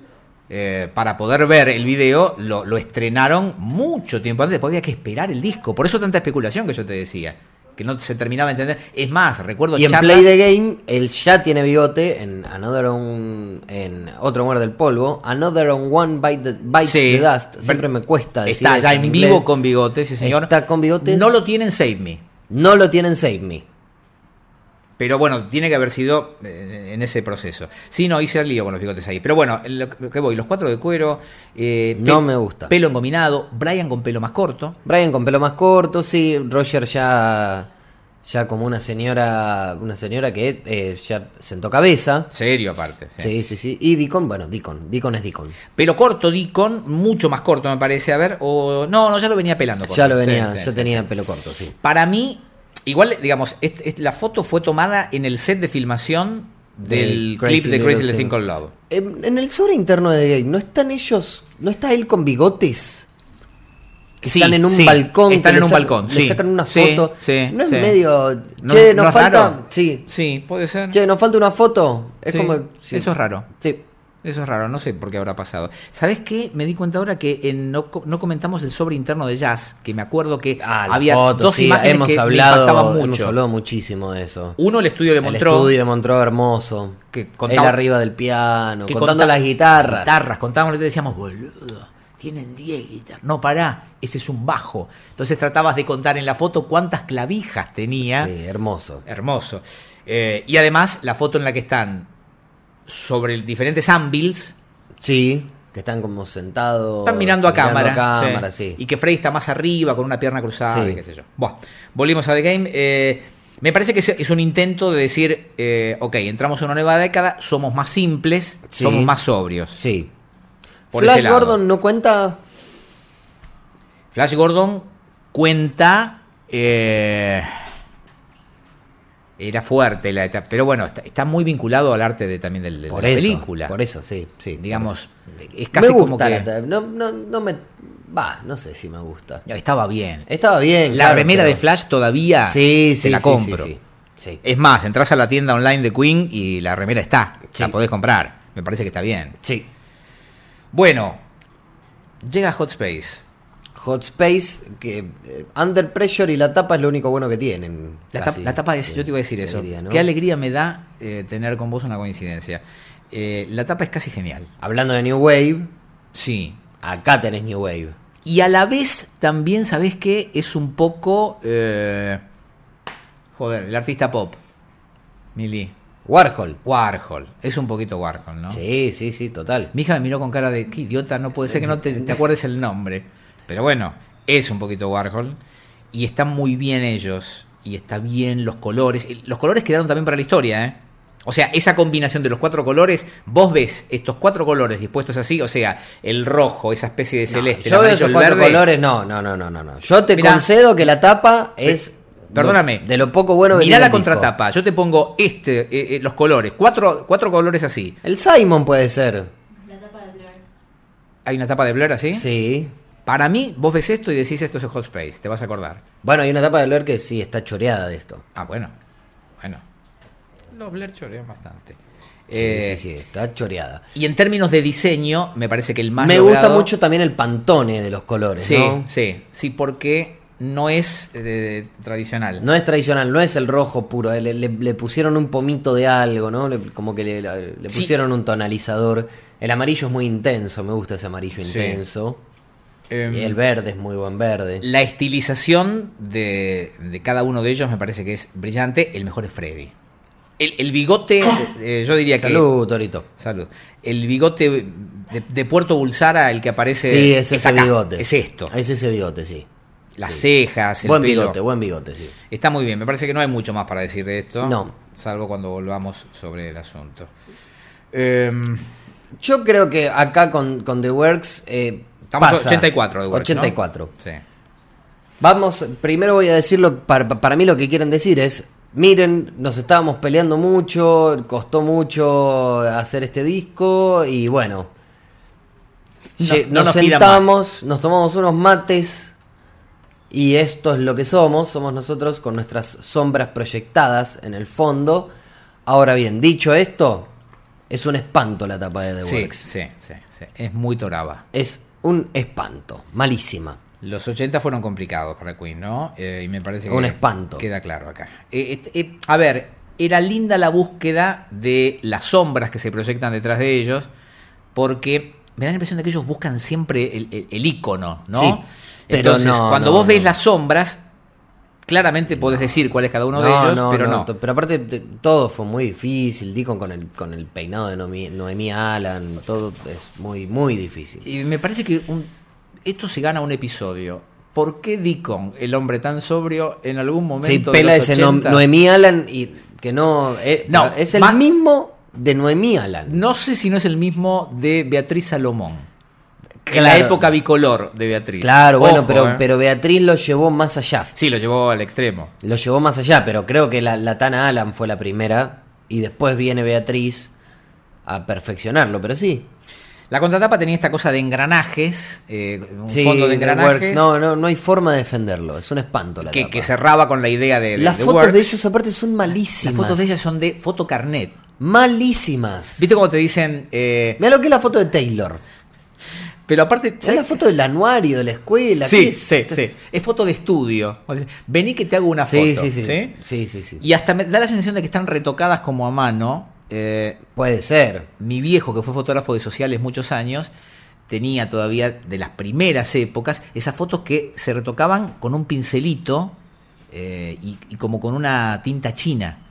A: eh, para poder ver el video, lo, lo estrenaron mucho tiempo antes. Después había que esperar el disco. Por eso tanta especulación que yo te decía. Que no se terminaba de entender. Es más, recuerdo
B: Y en
A: charlas-
B: Play the Game, él ya tiene bigote en Another on, en Otro Muerde el Polvo, Another on One Bite the, Bites
A: Sí.
B: the Dust. Siempre me cuesta decir
A: Está
B: eso
A: ya en, vivo
B: inglés.
A: con bigotes, sí señor.
B: Está con bigotes.
A: No lo tienen Save Me.
B: No lo tienen Save Me.
A: Pero bueno, tiene que haber sido eh, en ese proceso. Sí, no, hice el lío con los bigotes ahí. Pero bueno, lo que- lo que voy, los cuatro de cuero. eh,
B: No
A: pe-
B: me gusta.
A: Pelo engominado, Brian con pelo más corto.
B: Brian con pelo más corto, sí. Roger ya ya como una señora una señora que eh, ya sentó cabeza.
A: Serio aparte. sí.
B: Sí, sí, sí. Y Deacon, bueno, Deacon. Deacon es Deacon.
A: Pelo corto, Deacon, mucho más corto me parece. A ver, o... No, no, ya lo venía pelando. corto.
B: Ya lo
A: Sí,
B: venía,
A: sí,
B: ya
A: sí,
B: tenía
A: sí.
B: pelo corto, sí.
A: Para mí, igual, digamos, est- est- la foto fue tomada en el set de filmación del
B: Del Crazy
A: clip de
B: Little
A: Crazy Little
B: Thing.
A: Thing Called Love.
B: Em, En, en el sobre interno de The Game, ¿no están ellos? ¿No está él con bigotes? Que
A: Sí,
B: están en un
A: sí,
B: balcón.
A: Están en
B: que le
A: un
B: sa-
A: balcón.
B: Le
A: sí,
B: sacan una
A: sí,
B: foto.
A: sí,
B: no es
A: sí.
B: medio.
A: No-
B: che, nos
A: no es
B: falta.
A: raro.
B: Sí.
A: Sí, puede ser.
B: Che, nos falta una foto. Es
A: Sí,
B: como. sí.
A: Eso es raro.
B: Sí.
A: Eso es raro, no sé por qué habrá pasado. ¿Sabes qué? Me di cuenta ahora que en- no, co- no comentamos el sobre interno de Jazz, que me acuerdo que
B: Ah, la
A: había
B: foto,
A: dos
B: sí,
A: imágenes
B: hemos
A: que
B: hablado,
A: me impactaban mucho.
B: Hemos hablado muchísimo de eso.
A: Uno, el estudio de
B: el
A: Montreux,
B: estudio de Montreux hermoso.
A: que
B: él
A: contaba-
B: arriba del piano,
A: que
B: contando
A: conta-
B: las guitarras.
A: Guitarras, contábamos y te decíamos, boludo, tienen 10 guitarras. No, pará, ese es un bajo. Entonces tratabas de contar en la foto cuántas clavijas tenía.
B: Sí, hermoso.
A: Hermoso. Eh, y además, la foto en la que están sobre diferentes ámbiles
B: Sí. Que están como sentados.
A: Están mirando a cámara.
B: Oh, cámara, sí.
A: Y que Freddy está más arriba con una pierna cruzada
B: Sí.
A: y qué sé yo. Bueno, volvimos a The Game. Eh, me parece que es- es un intento de decir, eh, ok, entramos en una nueva década, somos más simples,
B: Sí.
A: somos más sobrios.
B: Sí.
A: Por ese
B: Flash
A: lado.
B: Gordon no cuenta.
A: Flash Gordon cuenta... eh, era fuerte la etapa, pero bueno, está, está muy vinculado al arte de, también del, de
B: Por
A: la
B: eso.
A: película.
B: Por eso, sí. sí por
A: Digamos, es
B: eso.
A: casi
B: me gusta
A: como que...
B: la ta- no, no, no me. Va, no sé si me gusta.
A: Estaba bien.
B: Estaba bien.
A: La
B: claro,
A: remera
B: pero-
A: de Flash todavía
B: Sí, sí.
A: te la
B: sí,
A: compro. Eh,
B: Sí. sí. Sí.
A: Es más, entras a la tienda online de Queen y la remera está.
B: Sí.
A: La podés comprar. Me parece que está bien.
B: Sí.
A: Bueno, llega Hot Space.
B: Hot Space, que eh, Under Pressure y la tapa es lo único bueno que tienen.
A: La,
B: casi.
A: tap- la tapa es,
B: Sí,
A: yo te iba a decir eso.
B: diría, ¿no?
A: Qué alegría me da eh, tener con vos una coincidencia. Eh, la tapa es casi genial.
B: Hablando de New Wave,
A: Sí.
B: acá tenés New Wave.
A: Y a la vez también, ¿sabés qué? Es un poco... eh, joder, el artista pop. Mili.
B: Warhol.
A: Warhol. Es un poquito Warhol, ¿no?
B: Sí, sí, sí, total.
A: Mi hija me miró con cara de, qué idiota, no puede ser que no te, te acuerdes el nombre. Pero bueno, es un poquito Warhol. Y están muy bien ellos. Y está bien los colores. Y Los colores quedaron también para la historia, ¿eh? O sea, esa combinación de los cuatro colores, vos ves estos cuatro colores dispuestos así, o sea, el rojo, esa especie de celeste, el
B: Yo veo
A: amarillo,
B: esos
A: el
B: cuatro
A: verde.
B: colores, no, no, no, no, no, no. Yo te
A: Mirá.
B: concedo que la tapa es
A: Perdóname.
B: de lo poco bueno que
A: Mirá
B: tiene
A: la
B: el disco.
A: contratapa, yo te pongo este, eh, eh, los colores, cuatro, cuatro colores así.
B: El Simon puede ser.
C: La tapa de Blur.
A: Hay una tapa de Blur así.
B: Sí.
A: Para mí, vos ves esto y decís esto es Hot Space, te vas a acordar.
B: Bueno, hay una tapa de leer que sí está choreada de esto.
A: Ah, bueno. Bueno. Los Blur chorean bastante.
B: Sí,
A: Eh,
B: sí, sí, está choreada.
A: Y en términos de diseño, me parece que el más
B: Me gusta
A: logrado-
B: mucho también el pantone de los colores,
A: Sí,
B: ¿no?
A: sí, sí, porque no es eh, tradicional.
B: No es tradicional, no es el rojo puro. eh, Le, le- le pusieron un pomito de algo, ¿no? Le- como que le, le
A: Sí.
B: pusieron un tonalizador. El amarillo es muy intenso, me gusta ese amarillo
A: Sí.
B: intenso.
A: Em,
B: Y el verde es muy buen verde.
A: La estilización de, de cada uno de ellos me parece que es brillante. El mejor es Freddy. El, el bigote, eh, yo diría
B: Salud, Torito.
A: que. Salud. El bigote de, de Puerto Bulsara, el que aparece.
B: Sí, es ese
A: acá,
B: bigote.
A: Es esto.
B: Es ese bigote, sí.
A: Las
B: sí.
A: cejas, el
B: Buen
A: pelo.
B: bigote, buen bigote, sí.
A: Está muy bien. Me parece que no hay mucho más para decir de esto.
B: No.
A: Salvo cuando volvamos sobre el asunto. Em,
B: Yo creo que acá con, con The Works. eh,
A: estamos
B: pasa.
A: 84 de Works, ¿no?
B: 84.
A: Sí.
B: Vamos, primero voy a decirlo, para, para mí lo que quieren decir es, miren, nos estábamos peleando mucho, costó mucho hacer este disco y bueno,
A: No-
B: lle-
A: no
B: nos,
A: nos pidan
B: sentamos, nos tomamos unos mates y esto es lo que somos, somos nosotros con nuestras sombras proyectadas en el fondo. Ahora bien, dicho esto, es un espanto la tapa de The
A: Sí,
B: Works.
A: sí, sí, sí. Es muy toraba.
B: Es un espanto, malísima.
A: Los 80 fueron complicados para Queen, ¿no? Eh, y me parece que
B: Un espanto.
A: queda claro acá. Eh, este, eh, a ver, era linda la búsqueda de las sombras que se proyectan detrás de ellos, porque me da la impresión de que ellos buscan siempre el, el- el icono, ¿no?
B: Sí, pero
A: Entonces,
B: no,
A: cuando
B: no,
A: vos ves
B: no.
A: las sombras, claramente podés decir cuál es cada uno de ellos, pero no.
B: to- Pero aparte te- todo fue muy difícil, Deacon con el, con el peinado de Noemí, Noemí Alan, todo es muy, muy difícil.
A: Y me parece que un- esto se gana un episodio. ¿Por qué Deacon, el hombre tan sobrio, en algún
B: Se
A: momento. de
B: pela
A: los
B: ese no-
A: 80s?
B: Noemí Alan y que no, eh,
A: No,
B: pero es el
A: más-
B: mismo de Noemí Alan.
A: No sé si no es el mismo de Beatriz Salomón. En la
B: Claro.
A: época bicolor de Beatriz.
B: Claro, bueno,
A: Ojo,
B: pero,
A: eh.
B: pero Beatriz lo llevó más allá.
A: Sí, lo llevó al extremo.
B: Lo llevó más allá, pero creo que la, la Tana Alan fue la primera y después viene Beatriz a perfeccionarlo, pero sí.
A: La contratapa tenía esta cosa de engranajes, eh, un
B: Sí,
A: fondo de
B: The Works.
A: engranajes,
B: No, no, no hay forma de defenderlo, es un espanto la
A: que,
B: tapa.
A: que cerraba con la idea de, de-
B: Las
A: de
B: fotos
A: Works.
B: de ellos aparte son malísimas.
A: Las fotos de ellas son de fotocarnet.
B: Malísimas.
A: ¿Viste cómo te dicen? eh,
B: Mira lo que es la foto de Taylor.
A: pero aparte...
B: Es la foto del anuario, de la escuela. ¿qué
A: Sí,
B: es?
A: sí, sí. Es foto de estudio. Vení que te hago una
B: Sí,
A: foto.
B: sí, sí. Sí, sí, sí.
A: Y hasta me da la sensación de que están retocadas como a mano. eh,
B: Puede ser.
A: mi viejo, que fue fotógrafo de sociales muchos años, tenía todavía de las primeras épocas esas fotos que se retocaban con un pincelito eh, y, y como con una tinta china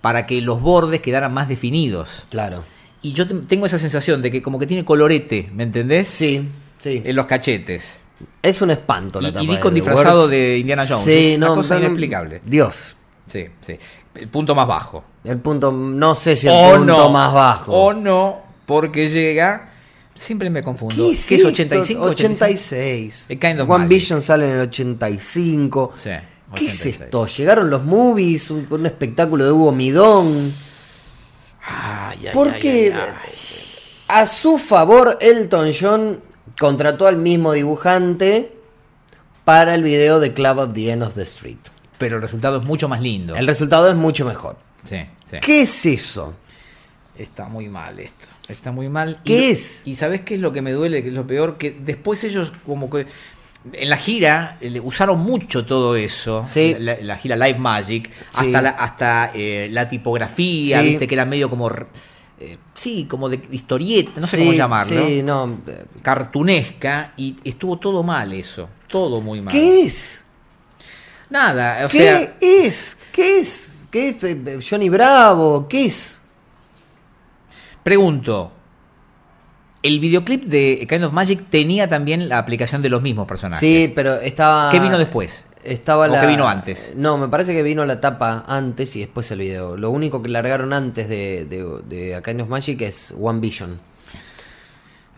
A: para que los bordes quedaran más definidos.
B: Claro.
A: Y yo te- tengo esa sensación de que como que tiene colorete, ¿me entendés?
B: Sí, sí.
A: En los cachetes.
B: Es un espanto la
A: Y- y
B: tapa.
A: vi con
B: The
A: disfrazado
B: Works.
A: de Indiana Jones.
B: Sí,
A: Es una
B: no,
A: cosa
B: no, no.
A: inexplicable.
B: Dios.
A: Sí, sí. El punto más bajo.
B: El punto, no sé si el
A: o
B: punto
A: Oh, no, Oh,
B: más bajo.
A: O no, porque llega. Siempre me
B: ¿Qué
A: confundo.
B: es
A: ¿Qué es
B: esto?
A: 85?
B: 86.
A: A Kind of
B: One
A: Magic.
B: Vision sale en el 85.
A: Sí,
B: ¿Qué es
A: 86.
B: esto? Llegaron los movies, un, un espectáculo de Hugo Midón.
A: Ay, ay,
B: Porque
A: ay, ay, ay.
B: a su favor Elton John contrató al mismo dibujante para el video de Club at the End of the Street.
A: Pero el resultado es mucho más lindo.
B: El resultado es mucho mejor.
A: Sí, sí.
B: ¿Qué es eso?
A: Está muy mal esto. Está muy mal.
B: ¿Qué
A: Y-
B: es?
A: Y sabes qué es lo que me duele, que es lo peor, que después ellos como que en la gira eh, le usaron mucho todo eso.
B: Sí.
A: La, la gira Live Magic, hasta la, hasta eh, la tipografía,
B: Sí.
A: viste que era medio como r- eh, sí, como de historieta, no sé
B: Sí,
A: cómo llamarlo.
B: Sí, no. eh,
A: Cartunesca y estuvo todo mal eso, todo muy mal.
B: ¿Qué es?
A: Nada, o
B: ¿Qué
A: sea,
B: es? ¿Qué es? ¿Qué es eh, Johnny Bravo? ¿Qué es?
A: Pregunto. El videoclip de Kind of Magic tenía también la aplicación de los mismos personajes.
B: Sí, pero estaba.
A: ¿Qué vino después?
B: Estaba
A: ¿O
B: la...
A: qué vino antes?
B: No, me parece que vino la tapa antes y después el video. Lo único que largaron antes de, de, de A Kind of Magic es One Vision.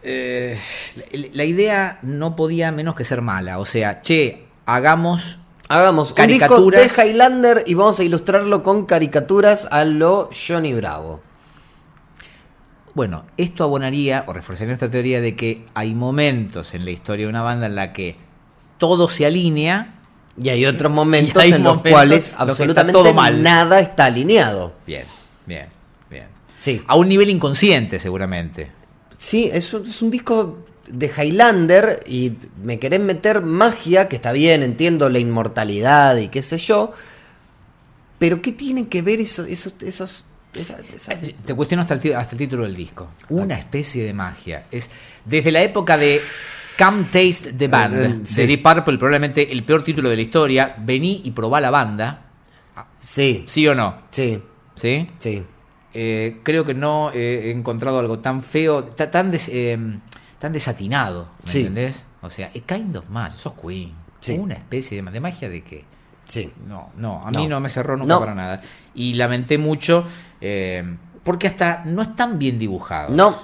A: Eh, la, la idea no podía menos que ser mala. O sea, che, hagamos.
B: Hagamos un disco de
A: Caricaturas.
B: Highlander y vamos a ilustrarlo con caricaturas a lo Johnny Bravo.
A: Bueno, esto abonaría o reforzaría esta teoría de que hay momentos en la historia de una banda en la que todo se alinea.
B: Y hay otros momentos
A: hay
B: en
A: momentos
B: los cuales
A: en los que
B: absolutamente
A: está todo mal.
B: nada está alineado.
A: Bien, bien, bien.
B: Sí,
A: A un nivel inconsciente, seguramente.
B: sí es, un, es un disco de Highlander y me querés meter magia, que está bien, entiendo la inmortalidad y qué sé yo, pero ¿qué tienen que ver eso- esos... esos esas- esas-
A: Te cuestiono hasta el, ti- hasta el título del disco. Una especie de magia. Es desde la época de Come Taste the
B: Eh, eh,
A: Band,
B: sí.
A: de Deep Purple, probablemente el peor título de la historia. Vení y probá la banda.
B: Sí,
A: ¿Sí o no?
B: sí,
A: ¿Sí?
B: sí.
A: Eh, creo que no eh, he encontrado algo tan feo, ta- tan, des- eh, tan desatinado. ¿Me
B: Sí.
A: entendés? O sea, es kind of magic. Sos Queen.
B: Sí.
A: Una especie de, ma- de magia de que.
B: Sí.
A: No, no, a mí no,
B: No.
A: me cerró nunca
B: No.
A: para nada. Y lamenté mucho eh, porque hasta no están bien dibujados.
B: No,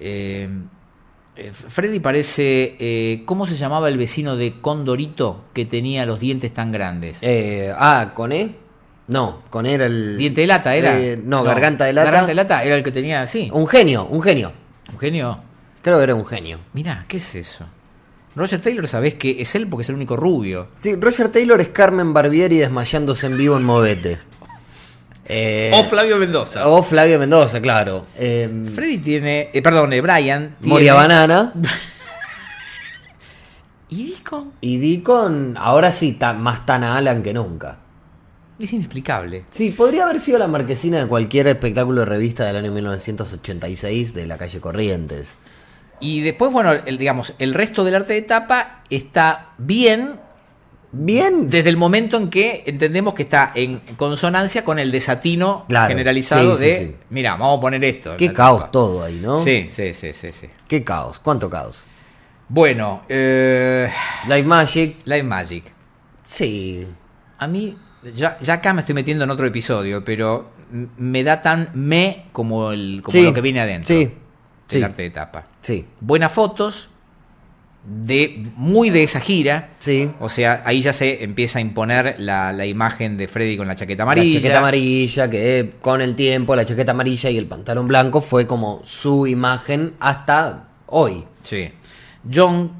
A: Eh, eh, Freddy parece. eh, ¿Cómo se llamaba el vecino de Condorito que tenía los dientes tan grandes?
B: eh, ah, con E. No, con E era el...
A: Diente de lata era.
B: eh, no, garganta de lata.
A: Garganta de lata era el que tenía, sí.
B: Un genio, un genio.
A: Un genio.
B: Creo que era un genio.
A: Mirá, ¿qué es eso? Roger Taylor, sabés que es él porque es el único rubio.
B: Sí, Roger Taylor es Carmen Barbieri desmayándose en vivo en Movete. Eh,
A: o Flavio Mendoza.
B: o Flavio Mendoza, claro. Eh,
A: Freddy tiene. eh, perdón, eh, Brian. tiene-
B: Moria Banana.
A: ¿Y disco?
B: Y Deacon, ahora sí, ta- más tan a Alan que nunca.
A: Es inexplicable.
B: Sí, podría haber sido la marquesina de cualquier espectáculo de revista del año 1986 de la calle Corrientes.
A: Y después, bueno, el, digamos, el resto del arte de tapa está bien
B: Bien.
A: desde el momento en que entendemos que está en consonancia con el desatino
B: Claro,
A: generalizado
B: sí, sí,
A: de,
B: sí.
A: mira, vamos a poner esto. en
B: Qué
A: la
B: caos
A: tapa".
B: todo ahí, ¿no?
A: Sí, sí, sí, sí, sí.
B: Qué caos, cuánto caos.
A: Bueno, eh,
B: Live Magic,
A: Live Magic.
B: sí.
A: A mí, ya, ya acá me estoy metiendo en otro episodio, pero m- me da tan me como, el, como
B: Sí,
A: lo que viene adentro.
B: sí,
A: El
B: sí.
A: arte de tapa.
B: Sí.
A: Buenas fotos, de muy de esa gira.
B: Sí.
A: O sea, ahí ya se empieza a imponer la, la imagen de Freddy con la chaqueta amarilla.
B: La chaqueta amarilla, que eh, con el tiempo la chaqueta amarilla y el pantalón blanco fue como su imagen hasta hoy.
A: Sí. John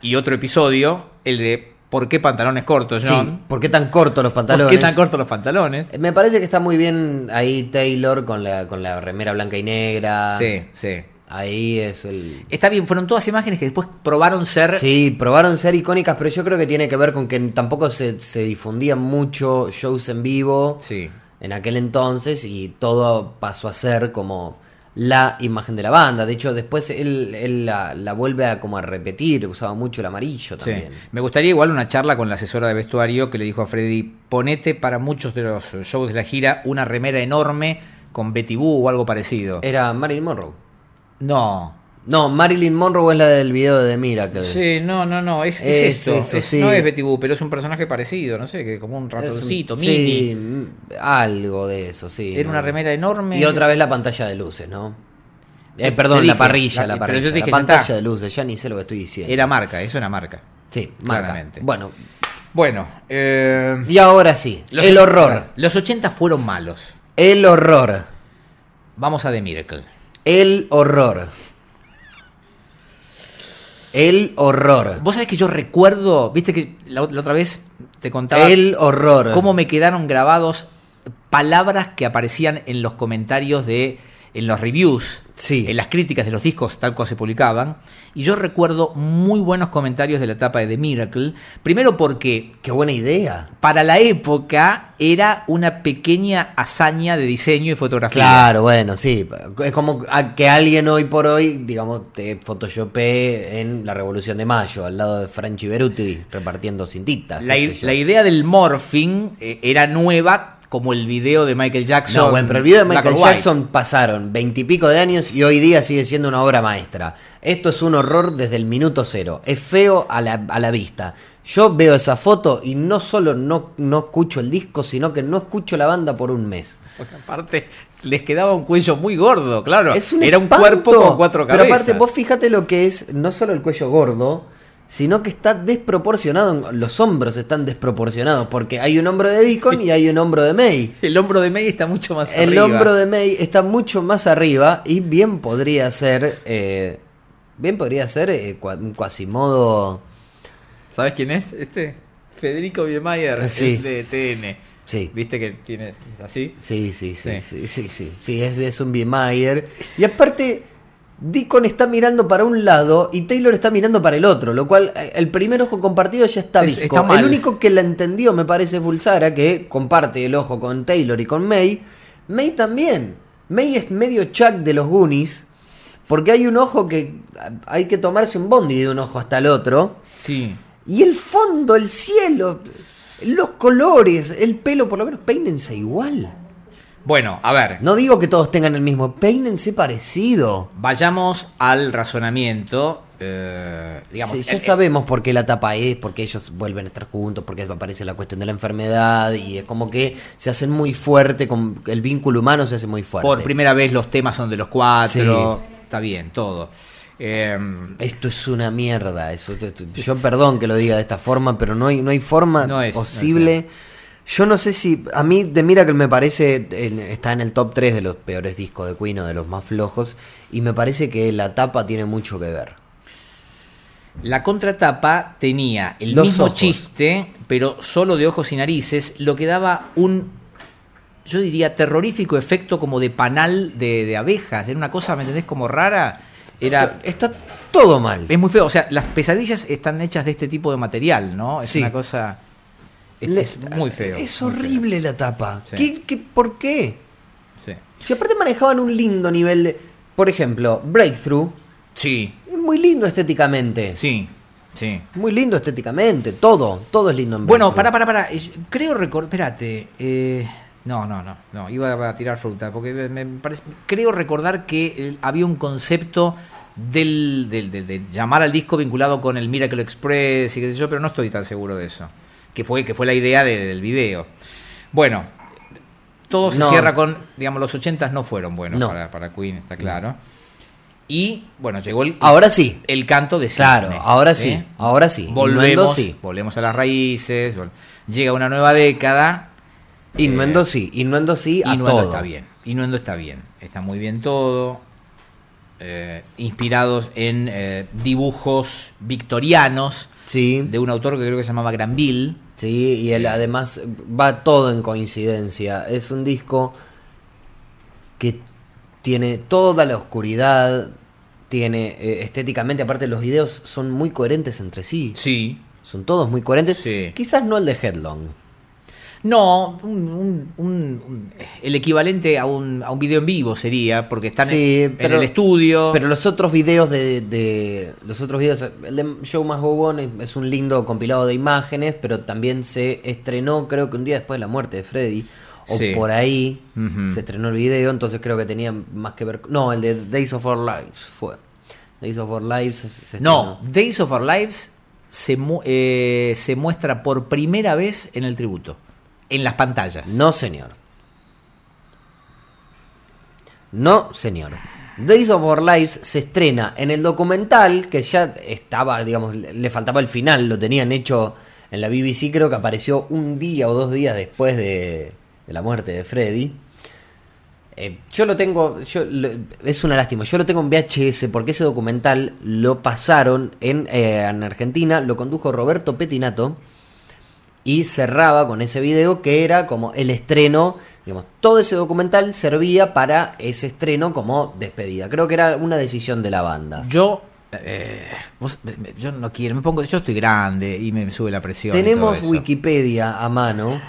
A: y otro episodio, el de ¿por qué pantalones cortos,
B: Sí,
A: John?
B: ¿por qué tan cortos los
A: ¿Por
B: pantalones? Eh,
A: qué tan cortos los pantalones?
B: Me parece que está muy bien ahí Taylor con la, con la remera blanca y negra.
A: Sí, sí.
B: Ahí es el...
A: Está bien, fueron todas imágenes que después probaron ser
B: Sí, probaron ser icónicas, pero yo creo que tiene que ver con que tampoco se, se difundían mucho shows en vivo
A: Sí.
B: en aquel entonces y todo pasó a ser como la imagen de la banda. De hecho, después él, él la, la vuelve a como a repetir, usaba mucho el amarillo
A: Sí.
B: también.
A: Me gustaría igual una charla con la asesora de vestuario que le dijo a Freddy, ponete para muchos de los shows de la gira una remera enorme con Betty Boo o algo parecido.
B: Era Marilyn Monroe.
A: no.
B: Eh, No, Marilyn Monroe es la del video de Miracle.
A: Sí, no, no, no, es, es
B: Es
A: esto.
B: eso,
A: es-
B: sí.
A: No es Betty Boo, pero es un personaje parecido, no sé, que como un
B: Es un-
A: ratoncito, mini.
B: sí, mm, algo de eso, sí.
A: Era una
B: ¿no?
A: remera enorme.
B: Y otra vez la pantalla de luces, ¿no?
A: Sí,
B: Eh,
A: te
B: perdón,
A: dije,
B: la parrilla,
A: la-
B: la,
A: pero
B: parrilla.
A: yo te dije, ya
B: la
A: está.
B: pantalla de luces, ya ni sé lo que estoy diciendo.
A: Era marca, es una marca.
B: Sí, marca.
A: claramente.
B: Bueno,
A: Bueno, eh,
B: y ahora sí,
A: los-
B: el horror.
A: Los 80 fueron malos.
B: El horror.
A: Vamos a The Miracle.
B: El horror. El horror.
A: Vos sabés que yo recuerdo, viste que la, la otra vez te contaba
B: El horror.
A: cómo me quedaron grabados palabras que aparecían en los comentarios de en los reviews,
B: Sí.
A: en las críticas de los discos tal cual se publicaban. Y yo recuerdo muy buenos comentarios de la etapa de The Miracle. Primero porque
B: Qué buena idea.
A: para la época era una pequeña hazaña de diseño y fotografía.
B: Claro, bueno, sí. Es como a- que alguien hoy por hoy, digamos, te photoshopee en la Revolución de Mayo, al lado de Franchi Beruti, repartiendo cintitas.
A: La,
B: Ah, qué
A: i-
B: sé yo.
A: la idea del morphing eh, era nueva, como el video de Michael Jackson.
B: No, bueno, pero el video de
A: Black
B: Michael
A: or White.
B: Jackson pasaron veintipico de años y hoy día sigue siendo una obra maestra. Esto es un horror desde el minuto cero. Es feo a la, a la vista. Yo veo esa foto y no solo no, no escucho el disco, sino que no escucho la banda por un mes.
A: Porque aparte les quedaba un cuello muy gordo, claro.
B: Es un
A: era un
B: espanto.
A: cuerpo con cuatro cabezas.
B: Pero aparte, vos fíjate lo que es, no solo el cuello gordo, sino que está desproporcionado. Los hombros están desproporcionados porque hay un hombro de Deacon y hay un hombro de May.
A: El hombro de May está mucho más
B: El
A: arriba.
B: hombro de May está mucho más arriba y bien podría ser. eh, bien podría ser eh, cua- un Quasimodo.
A: ¿Sabes quién es este? Federico Biemeyer,
B: Sí.
A: el de TN.
B: Sí.
A: ¿Viste que tiene así?
B: Sí, sí,
A: Sí.
B: sí, sí, sí, sí. Sí, es, es un Biemayer. Y aparte, Deacon está mirando para un lado y Taylor está mirando para el otro, lo cual eh, el primer ojo compartido ya está
A: Es-
B: visco.
A: está mal.
B: El único que la entendió, me parece, es Bulsara, que comparte el ojo con Taylor y con May. May también. May es medio Chuck de los Goonies, porque hay un ojo que hay que tomarse un bondi de un ojo hasta el otro.
A: Sí.
B: Y el fondo, el cielo, los colores, el pelo, por lo menos peínense igual.
A: Bueno, a ver,
B: No digo que todos tengan el mismo, peínense parecido.
A: vayamos al razonamiento. eh, digamos,
B: Sí, ya
A: eh,
B: sabemos por qué la tapa es, porque ellos vuelven a estar juntos, porque aparece la cuestión de la enfermedad y es como que se hacen muy fuerte, con el vínculo humano se hace muy fuerte.
A: por primera vez los temas son de los cuatro.
B: Sí.
A: Está bien, todo. Em,
B: Esto es una mierda. Eso, te- te- yo perdón que lo diga de esta forma, pero no hay, no hay forma
A: No es, no es
B: posible. yo no sé si. A mí, de mira que me parece. en- está en el top 3 de los peores discos de Queen o de los más flojos. Y me parece que la tapa tiene mucho que ver.
A: La contratapa tenía el
B: Los
A: mismo
B: ojos.
A: chiste, pero solo de ojos y narices, lo que daba un, yo diría, terrorífico efecto como de panal de, de abejas. Era una cosa, ¿me entendés? Como rara. Era,
B: Está todo mal.
A: es muy feo. O sea, las pesadillas están hechas de este tipo de material, ¿no? Es
B: Sí.
A: una cosa... Es,
B: Le-
A: es muy feo.
B: Es
A: muy feo.
B: horrible la tapa.
A: Sí.
B: ¿Qué- qué- por qué?
A: Sí.
B: Si aparte manejaban un lindo nivel de. Por ejemplo, Breakthrough.
A: sí,
B: Es muy lindo estéticamente.
A: sí, sí.
B: Muy lindo estéticamente. Todo. Todo es lindo en
A: Bueno,
B: Breakthrough.
A: pará, pará, pará. Es- Creo recordar. Espérate. eh, no, no, no, no. Iba a tirar fruta. Porque me- me parece- creo recordar que el- había un concepto del, del- del- de llamar al disco vinculado con el Miracle Express y qué sé yo, pero no estoy tan seguro de eso. Que fue, que fue la idea de- del video. Bueno, todo se
B: No.
A: cierra con. Digamos, los 80 no fueron buenos
B: No.
A: para, para Queen, está claro. Y bueno, llegó el,
B: Ahora sí.
A: el canto de
B: Claro,
A: Sidney,
B: ahora sí.
A: ¿eh?
B: Ahora sí. Innuendo
A: Volvemos,
B: sí.
A: volvemos a las raíces. vol- Llega una nueva década.
B: Innuendo sí. Innuendo sí a
A: Inuendo
B: todo.
A: está bien. Inuendo está bien. Está muy bien todo. eh, inspirados en eh, dibujos victorianos
B: Sí.
A: de un autor que creo que se llamaba Granville.
B: Sí, y él además va todo en coincidencia. Es un disco que tiene toda la oscuridad, tiene eh, estéticamente, aparte los videos son muy coherentes entre sí.
A: Sí.
B: Son todos muy coherentes.
A: Sí.
B: Quizás no el de Headlong.
A: No, un- un- un- un- el equivalente a un, a un video en vivo sería, porque están
B: Sí,
A: en, en
B: pero-
A: el estudio.
B: Pero los otros videos de, de- los otros videos, el de Show Must Go On es, es un lindo compilado de imágenes, pero también se estrenó creo que un día después de la muerte de Freddy o
A: Sí.
B: por ahí
A: Ujú.
B: se estrenó el video, entonces creo que tenía más que ver, no, el de Days of Our Lives fue. Days of Our Lives se, se
A: No,
B: estrenó.
A: Days of Our Lives se, mu- eh, se muestra por primera vez en el tributo, en las pantallas.
B: No, señor. No, señor. Days of Our Lives se estrena en el documental que ya estaba, digamos, le le faltaba el final, lo tenían hecho en la BBC, creo que apareció un día o dos días después de, de la muerte de Freddy. Eh, yo lo tengo, yo lo- es una lástima, yo lo tengo en VHS porque ese documental lo pasaron en, eh, en Argentina, lo condujo Roberto Petinato y cerraba con ese video que era como el estreno, digamos, todo ese documental servía para ese estreno como despedida. Creo que era una decisión de la banda.
A: Yo. eh, vos- me- me- yo no quiero, me pongo. Yo estoy grande y me sube la presión. y
B: Tenemos
A: todo eso.
B: Wikipedia a mano.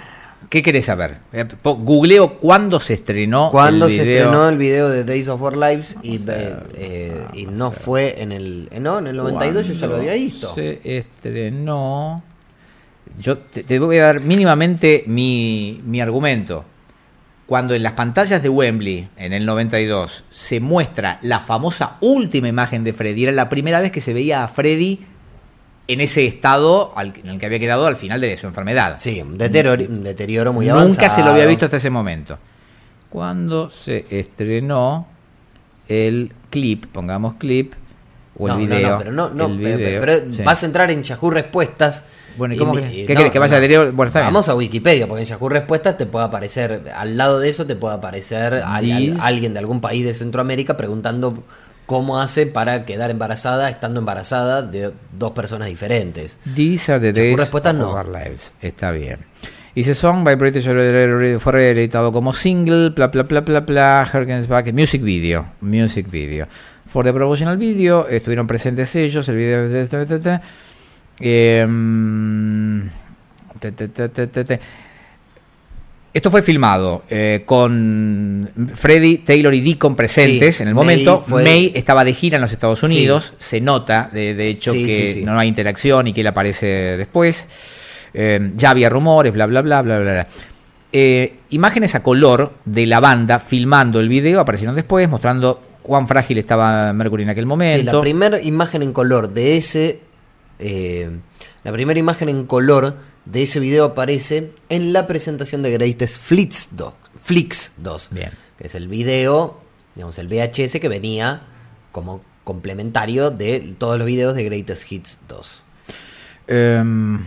A: ¿Qué querés saber? Eh, po- Googleo cuándo se estrenó.
B: Cuando
A: el
B: se
A: video.
B: estrenó el video de Days of Our Lives y,
A: Vamos a ver,
B: eh,
A: vamos
B: y
A: a
B: no
A: ver.
B: fue en el... eh, No, en el 92 yo ya lo había visto.
A: Se estrenó. Yo te, te voy a dar mínimamente mi, mi argumento. Cuando en las pantallas de Wembley, en el 92, se muestra la famosa última imagen de Freddy, era la primera vez que se veía a Freddy en ese estado al- en el que había quedado al final de su enfermedad.
B: Sí, un deterioro, un deterioro muy
A: Nunca
B: avanzado.
A: se lo había visto este hasta ese momento. Cuando se estrenó el clip, pongamos clip, o el
B: No, no, no,
A: video.
B: pero no, no,
A: el
B: pero-
A: video,
B: pero, pero
A: sí.
B: vas a entrar en Yahoo Respuestas.
A: Bueno, ¿y
B: y
A: cómo
B: me-
A: que-
B: y
A: qué querés, que vaya directo? Bueno, está bien.
B: Vamos a Wikipedia, porque en Yahoo Respuestas te puede aparecer, al lado de eso te puede aparecer al-
A: Dis-
B: al- alguien de algún país de Centroamérica preguntando cómo hace para quedar embarazada estando embarazada de dos personas diferentes.
A: These are the
B: Yahoo
A: days
B: Respuestas
A: of
B: no.
A: our lives. Está bien. Dice Song by British Aerosmith fue reeditado como single, bla bla bla bla bla, Herkens Back, music video, music video. For the promotional video estuvieron presentes ellos, el video... ta, ta, ta, ta. Em, ta, ta, ta, ta, ta, ta. Esto fue filmado eh, con Freddy, Taylor y Deacon presentes
B: Sí,
A: en el
B: May
A: momento.
B: fue-
A: May estaba de gira en los Estados
B: Sí.
A: Unidos, se nota de, de hecho
B: Sí,
A: que
B: sí, sí.
A: no hay interacción y que él aparece después. Eh, ya había rumores, bla, bla, bla, bla, bla. bla. Eh, imágenes a color de la banda filmando el video aparecieron después, mostrando cuán frágil estaba Mercury en aquel
B: Sí, la
A: momento.
B: primera imagen en color de ese. eh, la primera imagen en color de ese video aparece en la presentación de Greatest Flix 2. Flix 2
A: Bien.
B: Que es el video, digamos, el VHS que venía como complementario de todos los videos de Greatest Hits 2.
A: Em,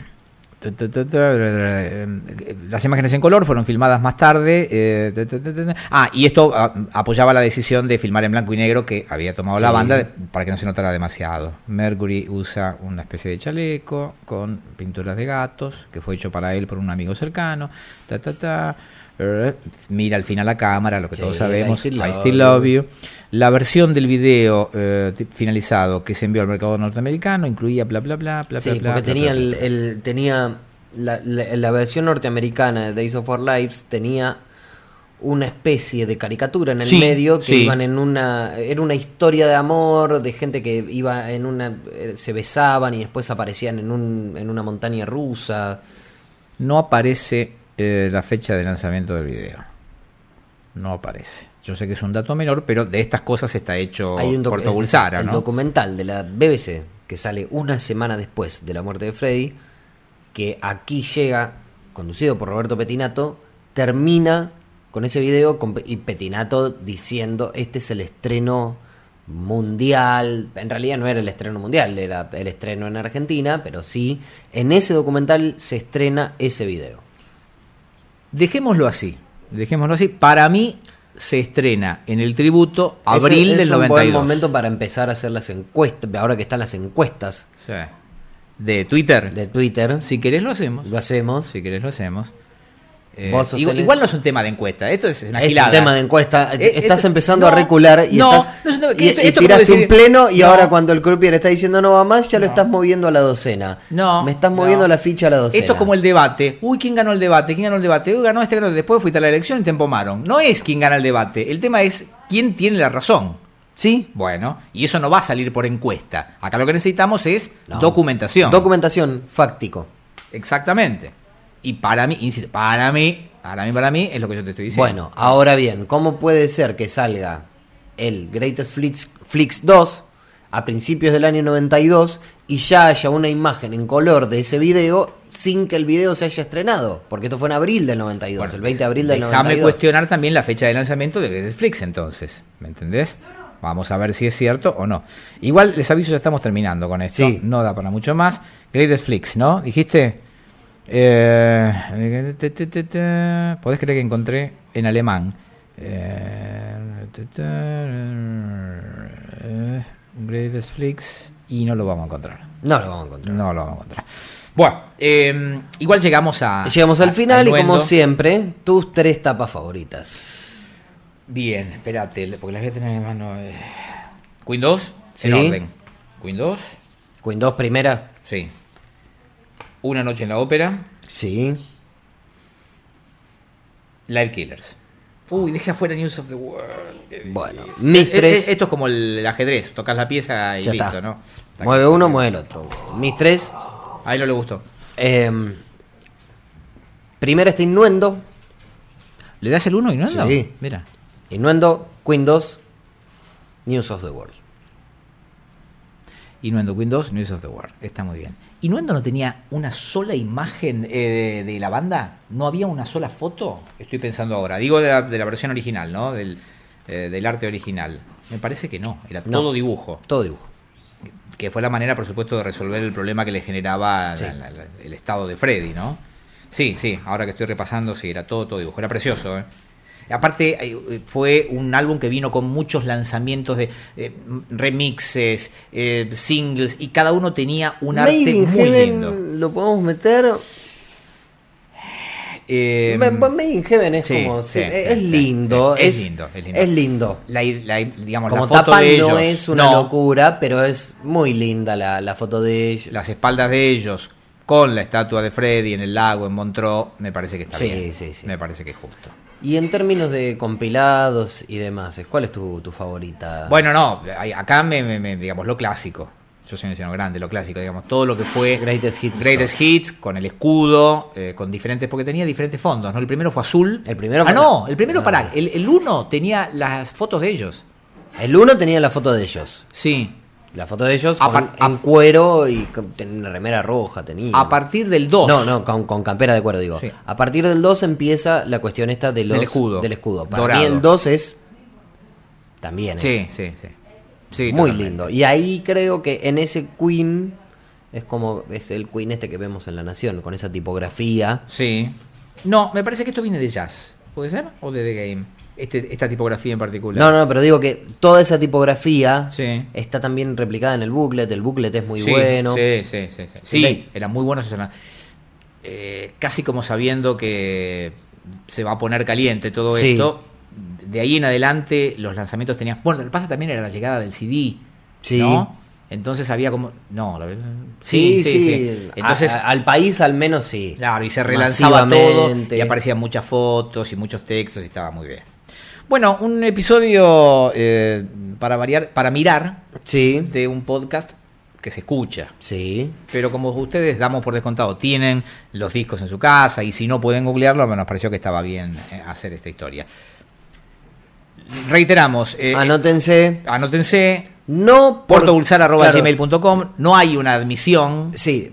A: ta, ta, ta, ta, ra, ra, em, Las imágenes en color fueron filmadas más tarde. eh, ta, ta, ta, ta, ta. Ah, y esto a- apoyaba la decisión de filmar en blanco y negro que había tomado la
B: Sí.
A: banda para que no se notara demasiado. Mercury usa una especie de chaleco con pinturas de gatos que fue hecho para él por un amigo cercano. Ta, ta, ta. Eh, Mira al final la cámara, lo que
B: Sí,
A: todos sabemos.
B: I still
A: I still
B: love
A: love you. La versión del video eh, ti- finalizado que se envió al mercado norteamericano incluía bla bla bla bla
B: Sí,
A: bla, bla, bla,
B: porque tenía,
A: bla,
B: el,
A: bla, bla.
B: el- tenía la, la- la versión norteamericana de Days of Our Lives tenía una especie de caricatura en el
A: Sí,
B: medio que
A: sí.
B: iban en una era una historia de amor de gente que iba en una eh, se besaban y después aparecían en un en una montaña rusa
A: No aparece eh, la fecha de lanzamiento del video. No aparece. Yo sé que es un dato menor, pero de estas cosas está hecho
B: hay un docu-
A: Corto
B: el-
A: Bulsara,
B: el
A: ¿no?
B: documental de la BBC que sale una semana después de la muerte de Freddy, que aquí llega, conducido por Roberto Petinato, termina con ese video con Pe- y Petinato diciendo este es el estreno mundial, en realidad no era el estreno mundial, era el estreno en Argentina, pero sí, en ese documental se estrena ese video.
A: Dejémoslo así. Dejémoslo así. Para mí se estrena en el tributo
B: Ese
A: abril del
B: Es un buen
A: 92.
B: momento para empezar a hacer las encuestas, ahora que están las encuestas
A: Sí. De Twitter.
B: de Twitter,
A: Si querés lo hacemos.
B: lo hacemos.
A: Si querés lo hacemos. Eh,
B: Vos sos
A: igual,
B: tenés-
A: igual no es un tema de encuesta. Esto es una
B: Es
A: gilada.
B: un tema de encuesta.
A: Eh,
B: estás
A: esto-
B: empezando
A: no,
B: a recular y
A: no,
B: estás-
A: no es un tema-
B: y-
A: esto-
B: y
A: esto
B: tiraste
A: como decir-
B: un pleno y
A: no.
B: ahora cuando el croupier está diciendo no va más, ya lo estás moviendo a la docena.
A: No,
B: Me estás moviendo
A: no.
B: la ficha a la docena.
A: Esto es como el debate. Uy, ¿quién ganó el debate? ¿Quién ganó el debate? Uy, ganó este, ganó. Después fuiste a la elección y te empomaron. No es quién gana el debate. El tema es quién tiene la razón.
B: ¿Sí?
A: Bueno, y eso no va a salir por encuesta. Acá lo que necesitamos es
B: No.
A: documentación.
B: Documentación, fáctico.
A: Exactamente. Y para mí, insisto, para mí, para mí, para mí, es lo que yo te estoy diciendo.
B: Bueno, ahora bien, ¿cómo puede ser que salga el Greatest Flix, Flix 2 a principios del año 92 y ya haya una imagen en color de ese video sin que el video se haya estrenado? Porque esto fue en abril del 92,
A: Bueno,
B: el 20 de abril del
A: Déjame
B: 92.
A: cuestionar también la fecha de lanzamiento de Netflix entonces, ¿me entendés? Vamos a ver si es cierto o no. Igual les aviso, ya estamos terminando con esto.
B: Sí.
A: No da para mucho más. Greatest Flix, ¿no? Dijiste. Eh, te, te, te, te. eh, Podés creer que encontré en alemán. Eh, te, te, eh, Greatest Flix. Y no lo vamos a encontrar.
B: No lo vamos a encontrar.
A: No lo vamos a encontrar. Bueno, eh, igual llegamos a.
B: Llegamos al
A: a-
B: final y como
A: Nuendo.
B: siempre, tus tres tapas favoritas.
A: Bien, espérate, le- porque las voy a tener en mano. eh. Queen 2,
B: Sí.
A: en orden. Queen 2,
B: Queen 2 primera.
A: sí. Una noche en la ópera,
B: Sí.
A: Live Killers. Uy, deja fuera News of the World. qué
B: Bueno,
A: difícil.
B: mis
A: Es- es-
B: tres-
A: esto es como el ajedrez, tocas la pieza y
B: Ya
A: listo,
B: está.
A: ¿no? Está
B: Mueve
A: aquí.
B: uno, mueve el otro. Mis tres.
A: A él no le gustó.
B: em, primera está Innuendo.
A: ¿Le das el 1 y no
B: anda? Sí.
A: Mira.
B: Innuendo, Queen 2, News of the World.
A: Inuendo Queen 2, News of the World. Está muy bien. ¿Inuendo no tenía una sola imagen eh, de, de la banda? ¿No había una sola foto? Estoy pensando ahora. Digo de la, de la versión original, ¿no? Del, eh, del arte original. Me parece que no. Era
B: No.
A: todo dibujo.
B: Todo dibujo.
A: Que fue la manera, por supuesto, de resolver el problema que le generaba
B: Sí.
A: la- la- la- el estado de Freddy, ¿no? Sí, sí, ahora que estoy repasando, sí, era todo, todo dibujo. Era precioso, ¿eh? Aparte, eh, fue un álbum que vino con muchos lanzamientos de eh, remixes, eh, singles, y cada uno tenía un
B: Made
A: arte
B: in
A: muy
B: Heaven
A: lindo.
B: lo podemos meter.
A: Eh,
B: Ma- ma- Made in Heaven es
A: sí,
B: como. sí,
A: sí,
B: es
A: sí,
B: es
A: sí,
B: lindo.
A: sí, es
B: es
A: lindo, es lindo.
B: Es lindo.
A: la, la- digamos,
B: Como
A: la foto
B: tapa
A: de
B: no
A: ellos.
B: es una
A: No,
B: locura, pero es muy linda la, la foto de ellos.
A: Las espaldas de ellos con la estatua de Freddy en el lago, en Montreux, me parece que está
B: Sí,
A: bien.
B: sí, sí.
A: Me parece que es justo.
B: Y en términos de compilados y demás, ¿cuál es tu, tu favorita?
A: Ah. Bueno, no, ahí- acá me, me- me- digamos lo clásico. Yo soy un anciano grande, lo clásico, digamos, todo lo que fue
B: Greatest Hits.
A: Greatest Hits, con el escudo, eh, con diferentes, porque tenía diferentes fondos, ¿no? El primero fue azul.
B: El primero
A: Ah,
B: fue-
A: no, el primero,
B: Ah.
A: pará, el, el uno tenía las fotos de ellos.
B: El uno tenía la foto de ellos.
A: Sí.
B: La foto de ellos
A: A par-
B: con- en cuero y con, tenía una remera roja. Tenía.
A: A partir del 2.
B: No, no, con, con campera de cuero, digo.
A: Sí.
B: A partir del 2 empieza la cuestión esta de los-
A: Del escudo.
B: Del escudo. Para
A: Dorado.
B: mí el 2 es. También es.
A: Sí, sí, sí. Sí,
B: muy
A: totalmente.
B: lindo. Y ahí creo que en ese Queen. Es como. Es el Queen este que vemos en La Nación, con esa tipografía.
A: Sí. No, me parece que esto viene de jazz. ¿Puede ser? ¿O de The Game? Este- esta tipografía en particular.
B: No, no, no, pero digo que toda esa tipografía
A: Sí.
B: está también replicada en el booklet. El booklet es muy
A: sí,
B: bueno.
A: Sí, sí, sí. Sí, Sí,
B: Ley.
A: eran muy buenos esos. eh, casi como sabiendo que se va a poner caliente todo
B: Sí.
A: esto. De ahí en adelante los lanzamientos tenían... Bueno, lo que pasa también era la llegada del CD,
B: Sí.
A: ¿no? Entonces había como... No, la verdad-
B: Sí, sí.
A: Entonces,
B: A- a- al país al menos sí.
A: claro, y se relanzaba todo
B: Masivamente.
A: y aparecían muchas fotos y muchos textos y estaba muy bien. Bueno, un episodio eh, para variar, para mirar
B: Sí.
A: de un podcast que se escucha.
B: Sí.
A: Pero como ustedes damos por descontado, tienen los discos en su casa y si no pueden googlearlo, me nos pareció que estaba bien eh, hacer esta historia. Reiteramos, eh,
B: Anótense.
A: anótense
B: No Ah, por- claro.
A: portobulsar.gmail.com, no hay una admisión.
B: Sí,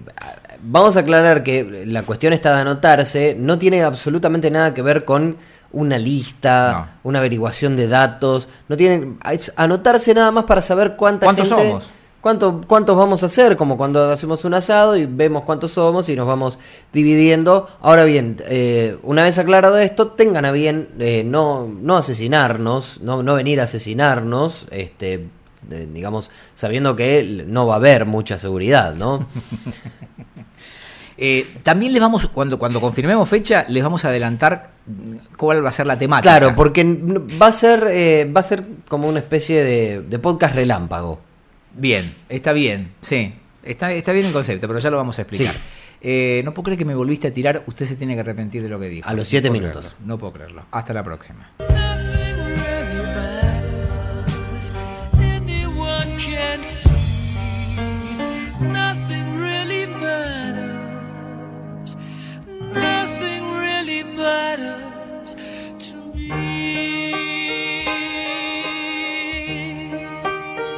B: vamos a aclarar que la cuestión está de anotarse, no tiene absolutamente nada que ver con una lista, una averiguación de datos, no tiene es anotarse nada más para saber cuánta
A: ¿Cuántos
B: gente-
A: somos?
B: cuánto- cuántos vamos a hacer, como cuando hacemos un asado y vemos cuántos somos y nos vamos dividiendo. Ahora bien, eh, una vez aclarado esto, tengan a bien eh, no, no asesinarnos, no, no venir a asesinarnos, este, eh, digamos, sabiendo que no va a haber mucha seguridad, ¿no?
A: Eh, también les vamos, cuando, cuando confirmemos fecha, les vamos a adelantar mm, cuál va a ser la temática.
B: Claro, porque n- va a ser, eh, va a ser como una especie de, de podcast relámpago.
A: Bien, está bien, sí. Está, está bien el concepto, pero ya lo vamos a explicar.
B: Sí.
A: Eh, no puedo creer que me volviste a tirar, usted se tiene que arrepentir de lo que dijo.
B: A los siete
A: No puedo
B: minutos.
A: creerlo, no puedo creerlo. Hasta la próxima.
C: Nothing really matters. Anyone can see. Nothing really matters. Nothing really matters to me.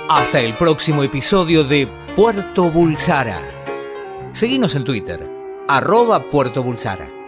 A: Hasta el próximo episodio de Puerto Bulsara. Seguimos en Twitter, arroba Puerto Bulsara.